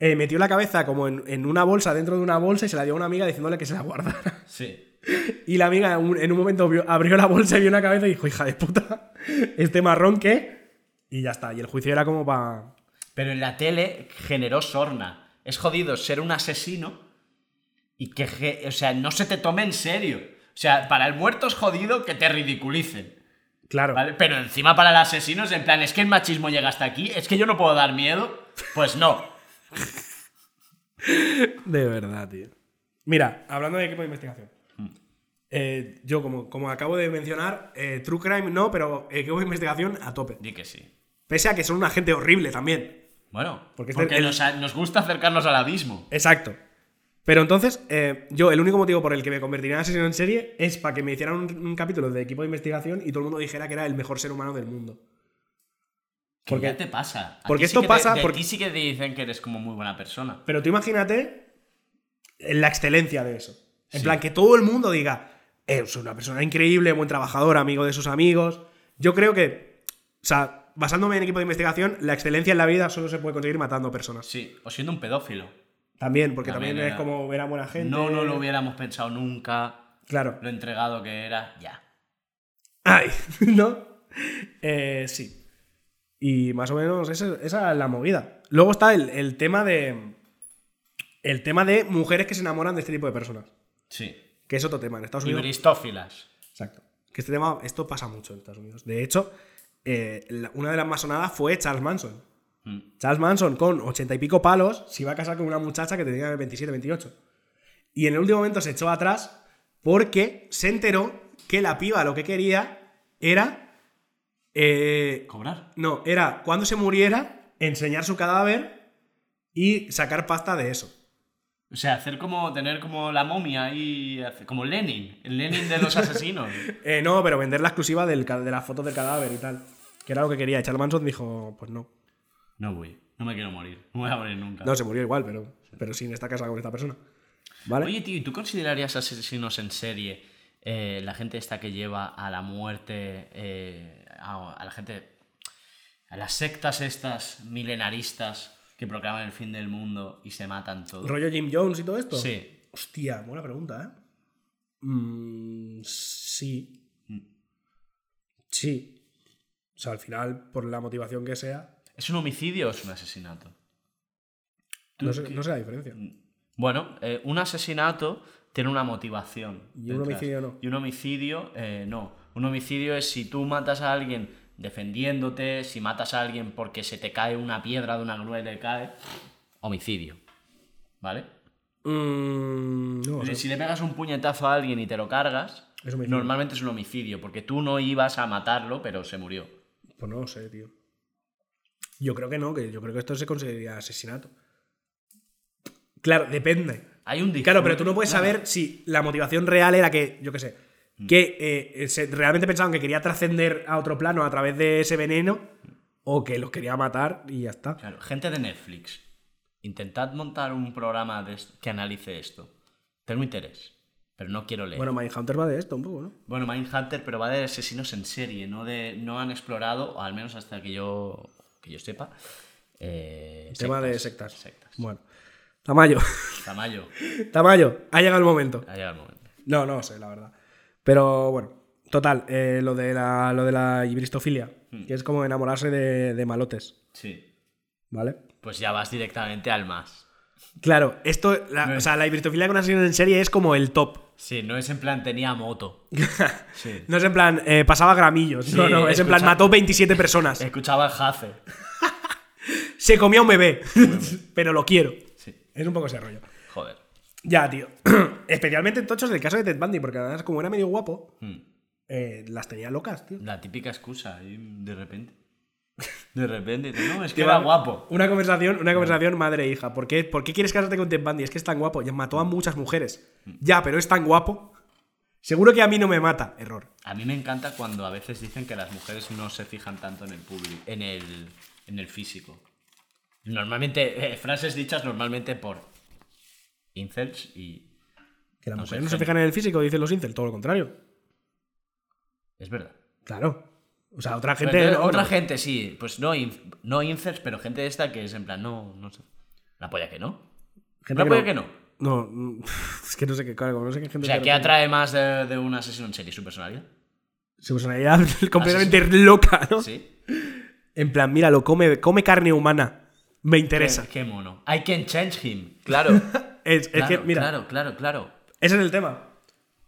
Speaker 2: eh, metió la cabeza como en, en una bolsa, dentro de una bolsa, y se la dio a una amiga diciéndole que se la guardara. <laughs>
Speaker 1: Sí.
Speaker 2: Y la amiga un- en un momento vio- abrió la bolsa y vio una cabeza y dijo, hija de puta, <laughs> este marrón qué. Y ya está. Y el juicio era como para...
Speaker 1: Pero en la tele generó sorna. Es jodido ser un asesino y que, ge- o sea, no se te tome en serio. O sea, para el muerto es jodido que te ridiculicen.
Speaker 2: Claro.
Speaker 1: ¿vale? Pero encima para el asesino es en plan, es que el machismo llega hasta aquí, es que yo no puedo dar miedo. Pues
Speaker 2: <laughs>
Speaker 1: no.
Speaker 2: De verdad, tío. Mira, hablando de equipo de investigación. eh, yo, como, como acabo de mencionar, eh, True Crime no, pero equipo de investigación a tope.
Speaker 1: Di que sí.
Speaker 2: Pese a que son una gente horrible también.
Speaker 1: Bueno,
Speaker 2: Porque
Speaker 1: porque,
Speaker 2: este- el-
Speaker 1: nos, a- nos gusta acercarnos al abismo.
Speaker 2: Exacto. Pero entonces, eh, yo, el único motivo por el que me convertiría en asesino en serie es para que me hicieran un, un capítulo de equipo de investigación y todo el mundo dijera que era el mejor ser humano del mundo.
Speaker 1: ¿Por
Speaker 2: porque-
Speaker 1: qué te pasa? A
Speaker 2: porque
Speaker 1: ti sí
Speaker 2: esto
Speaker 1: que te-
Speaker 2: pasa
Speaker 1: de
Speaker 2: porque-
Speaker 1: ti sí que te dicen que eres como muy buena persona.
Speaker 2: Pero tú imagínate la excelencia de eso. En
Speaker 1: Sí.
Speaker 2: plan, que todo el mundo diga, "Eh, es una persona increíble, buen trabajador, amigo de sus amigos. Yo creo que, o sea, basándome en equipo de investigación, la excelencia en la vida solo se puede conseguir matando personas.
Speaker 1: Sí, o siendo un pedófilo.
Speaker 2: También, porque también,
Speaker 1: También
Speaker 2: es
Speaker 1: era-
Speaker 2: como ver a buena gente.
Speaker 1: No, no lo hubiéramos pensado nunca.
Speaker 2: Claro.
Speaker 1: Lo entregado que era, ya.
Speaker 2: Ay, <laughs> ¿no? Eh, sí. Y más o menos esa, esa es la movida. Luego está el, el tema de. El tema de mujeres que se enamoran de este tipo de personas.
Speaker 1: Sí.
Speaker 2: Que es otro tema. En Estados
Speaker 1: Y
Speaker 2: Unidos.
Speaker 1: bristófilas.
Speaker 2: Exacto. Que este tema, esto pasa mucho en Estados Unidos. De hecho, eh, la- una de las más sonadas fue Charles Manson.
Speaker 1: Mm.
Speaker 2: Charles Manson, con ochenta y pico palos, se iba a casar con una muchacha que tenía 27, 28. Y en el último momento se echó atrás porque se enteró que la piba lo que quería era. eh,
Speaker 1: ¿Cobrar?
Speaker 2: no, era cuando se muriera, enseñar su cadáver y sacar pasta de eso.
Speaker 1: O sea, hacer como, tener como la momia y hacer- como Lenin, el Lenin de <laughs> los asesinos.
Speaker 2: Eh, no, pero vender la exclusiva del ca- de las fotos del cadáver y tal. Que era lo que quería. Y Charles Manson dijo: Pues no.
Speaker 1: No voy, no me quiero morir, no voy a morir nunca.
Speaker 2: No, se murió igual, pero, pero sí, está casado con esta persona. ¿Vale?
Speaker 1: Oye, tío, ¿y tú considerarías asesinos en serie eh, la gente esta que lleva a la muerte, eh, a, a la gente, a las sectas estas milenaristas que proclaman el fin del mundo y se matan todos?
Speaker 2: ¿Rollo Jim Jones y todo esto?
Speaker 1: Sí.
Speaker 2: Hostia, buena pregunta, ¿eh? Mm, sí. Sí. O sea, al final, por la motivación que sea,
Speaker 1: ¿Es un homicidio o es un asesinato?
Speaker 2: no sé, no sé la diferencia.
Speaker 1: Bueno, eh, un asesinato tiene una motivación.
Speaker 2: Y un homicidio no.
Speaker 1: Y un homicidio eh, no. Un homicidio es si tú matas a alguien defendiéndote, si matas a alguien porque se te cae una piedra de una grúa y le cae. Homicidio. ¿Vale?
Speaker 2: Mm, no lo
Speaker 1: Si-
Speaker 2: sé.
Speaker 1: Si le pegas un puñetazo a alguien y te lo cargas,
Speaker 2: Es homicidio.
Speaker 1: normalmente es un homicidio, porque tú no ibas a matarlo, pero se murió.
Speaker 2: Pues no lo sé, tío. Yo creo que no, que yo creo que esto se consideraría asesinato. Claro, depende.
Speaker 1: Hay un discurso.
Speaker 2: Claro, pero tú no puedes saber si la motivación real era que, yo qué sé, que eh, se- realmente pensaban que quería trascender a otro plano a través de ese veneno o que los quería matar y ya está.
Speaker 1: Claro, gente de Netflix, intentad montar un programa de est- que analice esto. Tengo interés. Pero no quiero leer.
Speaker 2: Bueno, Mindhunter va de esto un poco, ¿no?
Speaker 1: Bueno, Mindhunter, pero va de asesinos en serie, no de no han explorado, o al menos hasta que yo que yo sepa. eh,
Speaker 2: Tema de sectas.
Speaker 1: Sectas.
Speaker 2: Bueno. Tamayo. <laughs>
Speaker 1: Tamayo,
Speaker 2: Tamayo. Ha llegado el momento.
Speaker 1: ha llegado el momento.
Speaker 2: No, no lo sé, la verdad. Pero bueno, total, eh, lo de la, lo de la ibristofilia, que es como enamorarse de, de malotes,
Speaker 1: Sí.
Speaker 2: ¿vale?
Speaker 1: Pues ya vas directamente al más.
Speaker 2: Claro, esto, la- o sea, la ibristofilia con asesinos en serie es como el top. <laughs>
Speaker 1: Sí, no es en plan tenía moto. Sí.
Speaker 2: No es en plan, eh, pasaba gramillos.
Speaker 1: Sí,
Speaker 2: no, no, es en plan,
Speaker 1: escucha-
Speaker 2: mató 27 personas.
Speaker 1: Escuchaba el Jace.
Speaker 2: Se comió un <laughs> bebé. pero lo quiero.
Speaker 1: Sí.
Speaker 2: Es un poco ese rollo.
Speaker 1: Joder.
Speaker 2: Ya, tío. <clears throat> Especialmente tochos del caso de Ted Bundy, porque además, como era medio guapo,
Speaker 1: Mm.
Speaker 2: eh, las tenía locas, tío.
Speaker 1: La típica excusa, ahí, de repente. De repente, no, es que era guapo.
Speaker 2: Una conversación, una conversación madre e hija. ¿Por qué, ¿Por qué quieres casarte con Ted Bundy? Es que es tan guapo. Ya mató a muchas mujeres.
Speaker 1: Hmm.
Speaker 2: Ya, pero es tan guapo. Seguro que a mí no me mata. Error.
Speaker 1: A mí me encanta cuando a veces dicen que las mujeres no se fijan tanto en el público, en el, en el físico. Normalmente, eh, frases dichas normalmente por incels y...
Speaker 2: Que las
Speaker 1: No
Speaker 2: mujeres
Speaker 1: sé,
Speaker 2: no se
Speaker 1: gente.
Speaker 2: fijan en el físico, dicen los incel. Todo lo contrario.
Speaker 1: Es verdad.
Speaker 2: Claro. O sea, otra gente.
Speaker 1: Pero entonces,
Speaker 2: no,
Speaker 1: otra
Speaker 2: no.
Speaker 1: gente, sí. Pues no, inf- no incels, pero gente esta que es en plan, no, no sé. La polla que no.
Speaker 2: Gente
Speaker 1: la polla que no.
Speaker 2: No, mm, <laughs> es que no sé qué, claro, como no sé qué
Speaker 1: O
Speaker 2: gente.
Speaker 1: sea,
Speaker 2: que
Speaker 1: ¿qué
Speaker 2: no-
Speaker 1: atrae más de, de un asesino en serie? ¿Su personalidad?
Speaker 2: Su personalidad <laughs> completamente loca, ¿no?
Speaker 1: Ah, Sí.
Speaker 2: En plan, míralo, come, come carne humana. Me
Speaker 1: Qué,
Speaker 2: interesa.
Speaker 1: qué mono. I can change him. <laughs> Claro.
Speaker 2: Es, es
Speaker 1: claro,
Speaker 2: que, mira,
Speaker 1: claro, claro, claro.
Speaker 2: ese es el tema.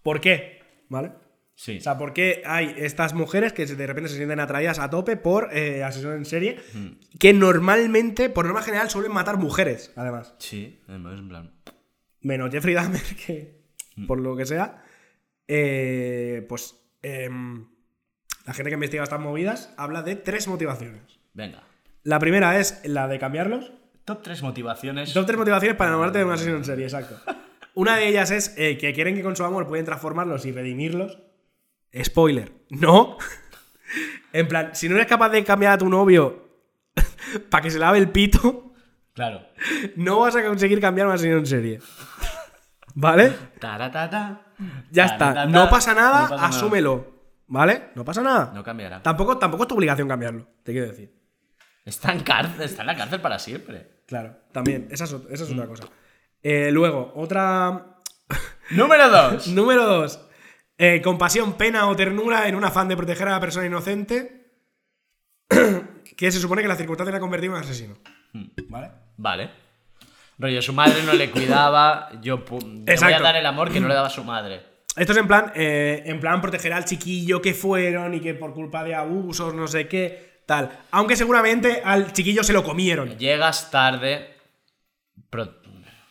Speaker 2: ¿Por qué? ¿Vale?
Speaker 1: Sí.
Speaker 2: O sea, ¿por qué hay estas mujeres que de repente se sienten atraídas a tope por eh, asesinos en serie
Speaker 1: Mm.
Speaker 2: que normalmente, por norma general, suelen matar mujeres, además?
Speaker 1: Sí, es en plan.
Speaker 2: Menos Jeffrey Dahmer, que por lo que sea, eh, pues em, la gente que investiga estas movidas habla de tres motivaciones.
Speaker 1: Venga.
Speaker 2: La primera es la de cambiarlos.
Speaker 1: Top 3 motivaciones.
Speaker 2: Son tres motivaciones para enamorarte de un asesino en serie, exacto. Una de ellas es eh, que quieren que con su amor pueden transformarlos y redimirlos. Spoiler, no. en plan, si no eres capaz de cambiar a tu novio <laughs> para que se lave el pito,
Speaker 1: Claro.
Speaker 2: no vas a conseguir cambiar a un asesino en serie. ¿Vale?
Speaker 1: Taratata.
Speaker 2: Ya
Speaker 1: Taratata.
Speaker 2: está. No pasa nada,
Speaker 1: No pasa nada.
Speaker 2: asúmelo. ¿Vale? No pasa nada.
Speaker 1: No cambiará.
Speaker 2: Tampoco, tampoco es tu obligación cambiarlo, te quiero decir.
Speaker 1: Está en, cárcel, está en la cárcel para siempre.
Speaker 2: Claro, también, esa es, ot- esa es otra cosa. Eh, luego, otra
Speaker 1: Número
Speaker 2: <laughs>
Speaker 1: 2.
Speaker 2: Número 2. compasión, pena o ternura en un afán de proteger a la persona inocente <clears throat> que se supone que la circunstancia la ha convertido en un asesino. ¿Vale?
Speaker 1: Vale. Rollo, su madre no le cuidaba. Yo pum, le voy a
Speaker 2: Exacto.
Speaker 1: dar el amor que no le daba su madre.
Speaker 2: Esto es en plan, eh, en plan proteger al chiquillo que fueron y que por culpa de abusos, no sé qué, tal. Aunque seguramente al chiquillo se lo comieron.
Speaker 1: Llegas tarde. Pro,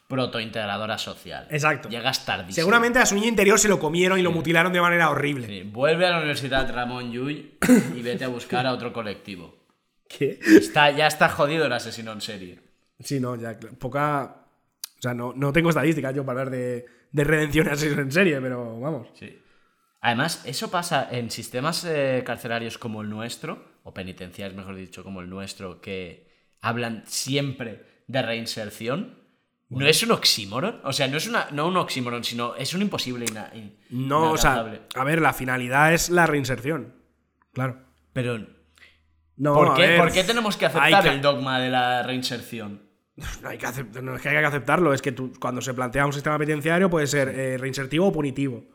Speaker 1: protointegradora social.
Speaker 2: Exacto.
Speaker 1: Llegas tardísimo.
Speaker 2: Seguramente a su niño interior se lo comieron y lo mutilaron de manera horrible.
Speaker 1: Sí, Vuelve a la Universidad Ramón Llull y vete a buscar a otro colectivo.
Speaker 2: ¿Qué?
Speaker 1: Está, ya está jodido el asesino en serie.
Speaker 2: Sí, no, ya, cl- poca... O sea, no, no tengo estadísticas yo para hablar de, de redención a asesinos en serie, pero vamos.
Speaker 1: Sí. Además, eso pasa en sistemas eh, carcelarios como el nuestro, o penitenciarios, mejor dicho, como el nuestro, que hablan siempre de reinserción. ¿No es un oxímoron? O sea, no es una, no un oxímoron, sino es un imposible. ina- in-
Speaker 2: No, o sea,
Speaker 1: inalcanzable.
Speaker 2: a ver, la finalidad es la reinserción. Claro.
Speaker 1: Pero,
Speaker 2: No,
Speaker 1: ¿por,
Speaker 2: a
Speaker 1: qué,
Speaker 2: ver,
Speaker 1: por qué tenemos que
Speaker 2: hay
Speaker 1: aceptar el dogma de la reinserción?
Speaker 2: No, hay que acep- no es que haya que aceptarlo, es que tú, cuando se plantea un sistema penitenciario puede ser eh, reinsertivo o punitivo.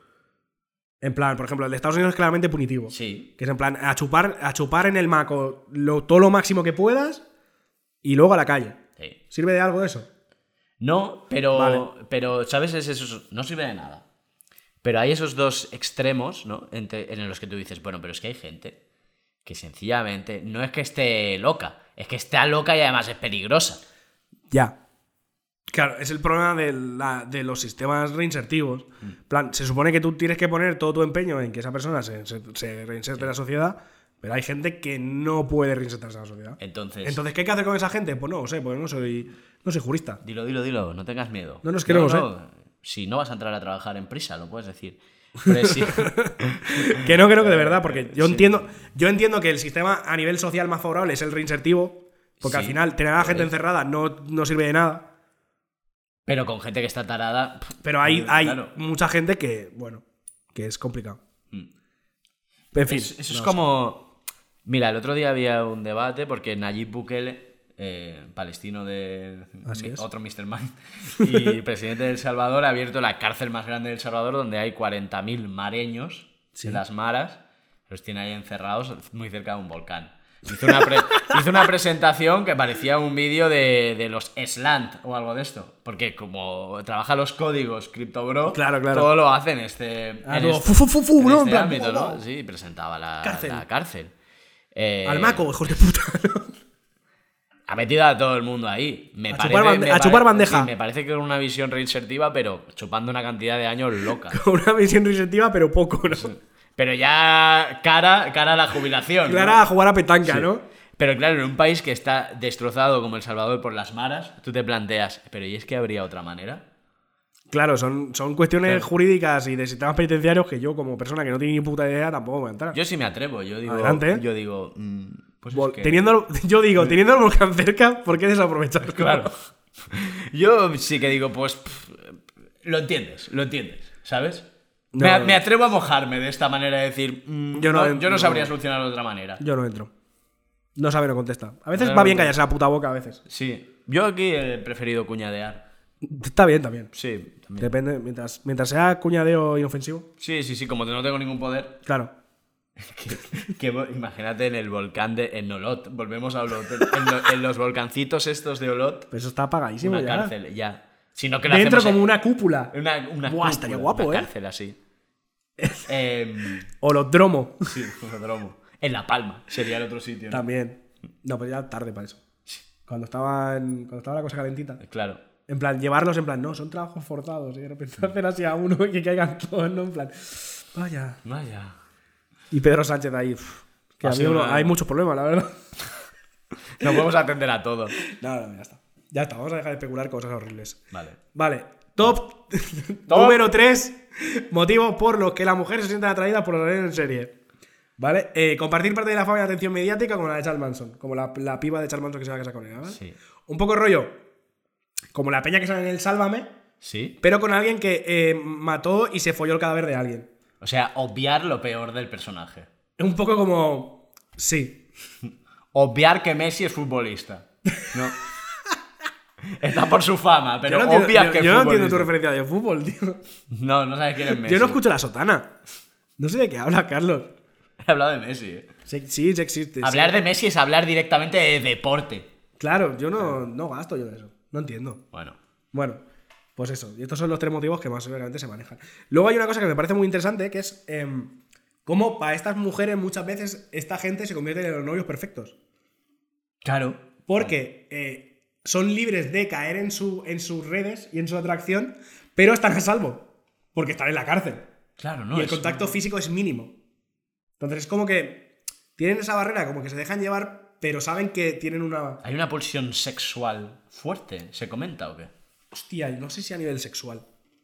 Speaker 2: En plan, por ejemplo, el de Estados Unidos es claramente punitivo.
Speaker 1: Sí.
Speaker 2: Que es en plan, a chupar, a chupar en el maco lo- todo lo máximo que puedas y luego a la calle.
Speaker 1: sí.
Speaker 2: ¿Sirve de algo eso?
Speaker 1: No, pero,
Speaker 2: Vale.
Speaker 1: pero ¿sabes? Es esos- no sirve de nada. Pero hay esos dos extremos, ¿no? Entre- en los que tú dices, bueno, pero es que hay gente que sencillamente no es que esté loca, es que está loca y además es peligrosa.
Speaker 2: Ya. Claro, es el problema de, la- de los sistemas reinsertivos. plan, se supone que tú tienes que poner todo tu empeño en que esa persona se, se- se reinserte en la sociedad, pero hay gente que no puede reinsertarse en la sociedad.
Speaker 1: Entonces,
Speaker 2: Entonces, ¿qué hay que hacer con esa gente? Pues no lo sé, porque no soy, no soy jurista.
Speaker 1: dilo, dilo, dilo, no tengas miedo.
Speaker 2: No, no, es que no lo sé.
Speaker 1: Si no vas a entrar a trabajar en prisa, lo puedes decir. Pero
Speaker 2: <laughs>
Speaker 1: sí.
Speaker 2: Que no creo que de
Speaker 1: Eh,
Speaker 2: verdad, porque yo entiendo, yo entiendo que el sistema a nivel social más favorable es el reinsertivo, porque al
Speaker 1: Sí, Eh.
Speaker 2: final tener a la
Speaker 1: lo
Speaker 2: gente
Speaker 1: es.
Speaker 2: encerrada no, no sirve de nada.
Speaker 1: Pero con gente que está tarada. pff, eh,
Speaker 2: Pero hay,
Speaker 1: claro. Mm.
Speaker 2: hay mucha gente que, bueno, que es complicado. En fin,
Speaker 1: Es- eso es
Speaker 2: no
Speaker 1: como. Mira, el otro día había un debate porque Nayib Bukele, eh, palestino de
Speaker 2: Así
Speaker 1: mi-
Speaker 2: es.
Speaker 1: otro Mr. Mind
Speaker 2: <laughs>
Speaker 1: y presidente de El Salvador, ha abierto la cárcel más grande de El Salvador donde hay 40.000 mareños de las maras, los tiene ahí encerrados muy cerca de un volcán. Hizo una,
Speaker 2: <laughs>
Speaker 1: pre- hizo una presentación que parecía un vídeo de, de los Slant o algo de esto. Porque como trabaja los códigos CryptoBro,
Speaker 2: Claro, claro.
Speaker 1: todo lo hacen este,
Speaker 2: Ah,
Speaker 1: en
Speaker 2: luego,
Speaker 1: este-
Speaker 2: fu, fu, fu, fu,
Speaker 1: en
Speaker 2: ¿no? En
Speaker 1: este
Speaker 2: plan,
Speaker 1: ámbito,
Speaker 2: fu,
Speaker 1: ¿no?
Speaker 2: fu.
Speaker 1: Sí, presentaba la
Speaker 2: Cárcel.
Speaker 1: cárcel. La cárcel. Eh,
Speaker 2: Al maco, hijos de puta. <laughs>
Speaker 1: Ha metido a todo el mundo ahí. Me
Speaker 2: A
Speaker 1: parece,
Speaker 2: chupar bande-
Speaker 1: me
Speaker 2: a
Speaker 1: pare-
Speaker 2: chupar bandeja.
Speaker 1: sí, me parece que era una visión reinsertiva, pero chupando una cantidad de años
Speaker 2: <laughs>
Speaker 1: loca.
Speaker 2: Una visión receptiva, pero poco, ¿no?
Speaker 1: Pero ya cara, cara a la jubilación. ¿no?
Speaker 2: Clara a jugar a petanca, ¿no?
Speaker 1: Pero claro, en un país que está destrozado como El Salvador por las maras, tú te planteas, pero ¿y es que habría otra manera?
Speaker 2: Claro, son, son cuestiones
Speaker 1: Claro.
Speaker 2: jurídicas y de sistemas penitenciarios que yo, como persona que no tiene ni puta idea, tampoco voy a entrar.
Speaker 1: Yo sí me atrevo, yo digo.
Speaker 2: Adelante.
Speaker 1: Yo digo. mm, pues es
Speaker 2: Vol-
Speaker 1: que- Mm.
Speaker 2: teniendo, <laughs> yo digo, teniendo el volcán <laughs> cerca, ¿por qué desaprovecharlo?
Speaker 1: Claro. <laughs> Yo sí que digo, pues. pff, Lo entiendes, lo entiendes, ¿sabes?
Speaker 2: No.
Speaker 1: me, me atrevo a mojarme de esta manera de decir, mm,
Speaker 2: Yo
Speaker 1: yo,
Speaker 2: no-
Speaker 1: no, yo no
Speaker 2: no.
Speaker 1: sabría solucionarlo de otra manera.
Speaker 2: Yo no entro. No sabe, no contesta. A veces
Speaker 1: No,
Speaker 2: va
Speaker 1: no,
Speaker 2: bien
Speaker 1: no.
Speaker 2: callarse la puta boca, a veces.
Speaker 1: Sí. Yo aquí he preferido cuñadear.
Speaker 2: Está bien también.
Speaker 1: Sí, también.
Speaker 2: Depende, mientras, mientras sea cuñadeo inofensivo.
Speaker 1: Sí, sí, sí, como no tengo ningún poder. <laughs>
Speaker 2: Claro.
Speaker 1: que- que vo- imagínate en el volcán de en Olot. Volvemos a Olot. En, lo- en los volcancitos estos de Olot.
Speaker 2: Pero eso está apagadísimo
Speaker 1: Una
Speaker 2: ya.
Speaker 1: cárcel, ya. Sino que la
Speaker 2: Dentro
Speaker 1: hacemos en-
Speaker 2: como una cúpula.
Speaker 1: Una, una
Speaker 2: Buah, estaría
Speaker 1: cúpula,
Speaker 2: guapo,
Speaker 1: una
Speaker 2: ¿eh?
Speaker 1: cárcel así. <laughs> Em,
Speaker 2: Holodromo.
Speaker 1: sí, hipódromo. En La Palma sería el otro sitio. ¿no?
Speaker 2: También. No, pero ya tarde para eso. Cuando, estaban, cuando estaba la cosa calentita.
Speaker 1: Claro.
Speaker 2: En plan, llevarlos en plan, no, son trabajos forzados. Y de repente <laughs> hacer así a uno y que caigan todos, ¿no? En plan, vaya.
Speaker 1: Vaya.
Speaker 2: Y Pedro Sánchez ahí. uf, que
Speaker 1: Ha
Speaker 2: a mí
Speaker 1: sido
Speaker 2: uno-
Speaker 1: una-
Speaker 2: hay muchos problemas, la verdad. <laughs>
Speaker 1: No podemos atender a todo.
Speaker 2: No, no, ya está. Ya está, vamos a dejar de especular cosas horribles.
Speaker 1: Vale.
Speaker 2: Vale,
Speaker 1: <laughs>
Speaker 2: top, <laughs> número 3. Motivos por los que las mujeres se sientan atraídas por los redes en serie. Vale, eh, compartir parte de la fama y atención mediática como la de Charles Manson, como la, la piba de Charles Manson que se va a casar con él. ¿vale?
Speaker 1: Sí.
Speaker 2: Un poco rollo, como la peña que sale en el Sálvame,
Speaker 1: ¿Sí?
Speaker 2: pero con alguien que eh, mató y se folló el cadáver de alguien.
Speaker 1: O sea, obviar lo peor del personaje.
Speaker 2: Es un poco como. Sí,
Speaker 1: Obviar que Messi es futbolista. No. <laughs> Está por su fama, pero
Speaker 2: yo no entiendo,
Speaker 1: obvias
Speaker 2: yo-
Speaker 1: que es
Speaker 2: yo no
Speaker 1: futbolista.
Speaker 2: entiendo tu referencia de fútbol, tío.
Speaker 1: No, no sabes quién es Messi.
Speaker 2: <laughs> Yo no escucho la sotana. No sé de qué habla, Carlos.
Speaker 1: He hablado de Messi. eh.
Speaker 2: Sí, sí sí existe. sí.
Speaker 1: Hablar de Messi es hablar directamente de deporte.
Speaker 2: Claro, yo no, no gasto yo de eso. No entiendo.
Speaker 1: Bueno.
Speaker 2: Bueno, pues eso. Y estos son los tres motivos que más obviamente se manejan. Luego hay una cosa que me parece muy interesante, que es em, cómo para estas mujeres muchas veces esta gente se convierte en los novios perfectos.
Speaker 1: Claro.
Speaker 2: Porque eh, son libres de caer en, su, en sus redes y en su atracción, pero están a salvo. Porque están en la cárcel.
Speaker 1: Claro, no.
Speaker 2: y el
Speaker 1: es-
Speaker 2: contacto físico es mínimo. Entonces es como que tienen esa barrera, como que se dejan llevar, pero saben que tienen una...
Speaker 1: Hay una pulsión sexual fuerte, ¿se comenta o qué?
Speaker 2: Hostia, no sé si a nivel sexual.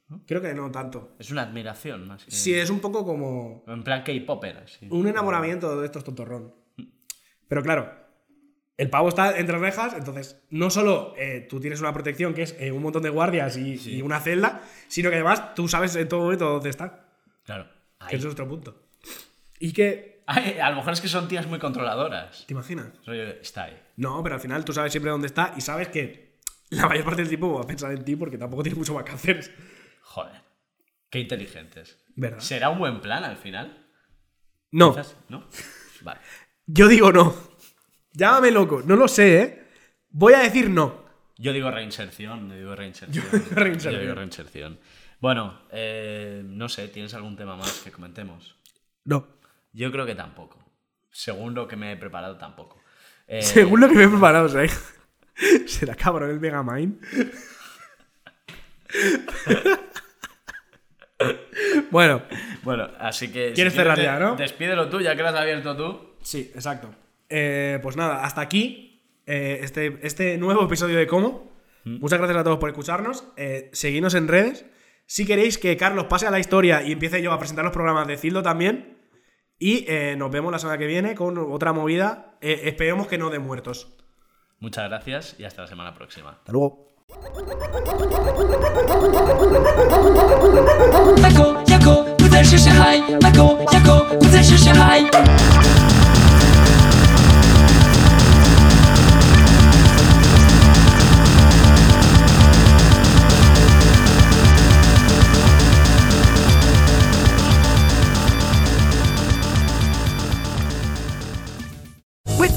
Speaker 1: ¿Mm?
Speaker 2: Creo que no tanto.
Speaker 1: Es una admiración más que...
Speaker 2: Sí, es un poco como
Speaker 1: En plan K-popper, así.
Speaker 2: un enamoramiento de estos tontorrón.
Speaker 1: Mm.
Speaker 2: Pero claro, el pavo está entre rejas, entonces no solo eh, tú tienes una protección que es eh, un montón de guardias y, y una celda, sino que además tú sabes en todo momento dónde está.
Speaker 1: Claro. Ahí.
Speaker 2: Que ese es otro punto. Y que...
Speaker 1: Ay, a lo mejor es que son tías muy controladoras.
Speaker 2: ¿Te imaginas?
Speaker 1: Rollo de, Está ahí.
Speaker 2: No, pero al final tú sabes siempre dónde está y sabes que la mayor parte del tiempo va a pensar en ti porque tampoco tiene mucho más que hacer.
Speaker 1: Joder. Qué inteligentes.
Speaker 2: ¿Verdad?
Speaker 1: ¿Será un buen plan al final?
Speaker 2: No,
Speaker 1: Quizás, ¿No? Vale.
Speaker 2: yo digo no. Llámame loco, no lo sé, ¿eh? Voy a decir no.
Speaker 1: Yo digo reinserción, yo digo reinserción.
Speaker 2: <laughs> Yo digo reinserción.
Speaker 1: Yo digo reinserción. Bueno, eh, no sé, ¿tienes algún tema más que comentemos?
Speaker 2: No.
Speaker 1: Yo creo que tampoco. Según lo que me he preparado, tampoco. Eh,
Speaker 2: Según lo que me he preparado, ¿sabes? <laughs> Será cabrón el Megamind. bueno,
Speaker 1: Bueno, así que.
Speaker 2: ¿Quieres cerrar ya, no?
Speaker 1: Despídelo tú, ya que lo has abierto tú.
Speaker 2: sí, exacto. Eh, pues nada, hasta aquí eh, este, este nuevo episodio de Cómo. Muchas gracias a todos por escucharnos. Eh, seguidnos en redes. Si queréis que Carlos pase a la historia y empiece yo a presentar los programas, decidlo también. Y eh, nos vemos la semana que viene con otra movida. Eh, esperemos que no de muertos.
Speaker 1: Muchas gracias y hasta la semana próxima.
Speaker 2: Hasta luego.
Speaker 3: 麦克亚克不再是小孩，麦克亚克不再是小孩。
Speaker 4: With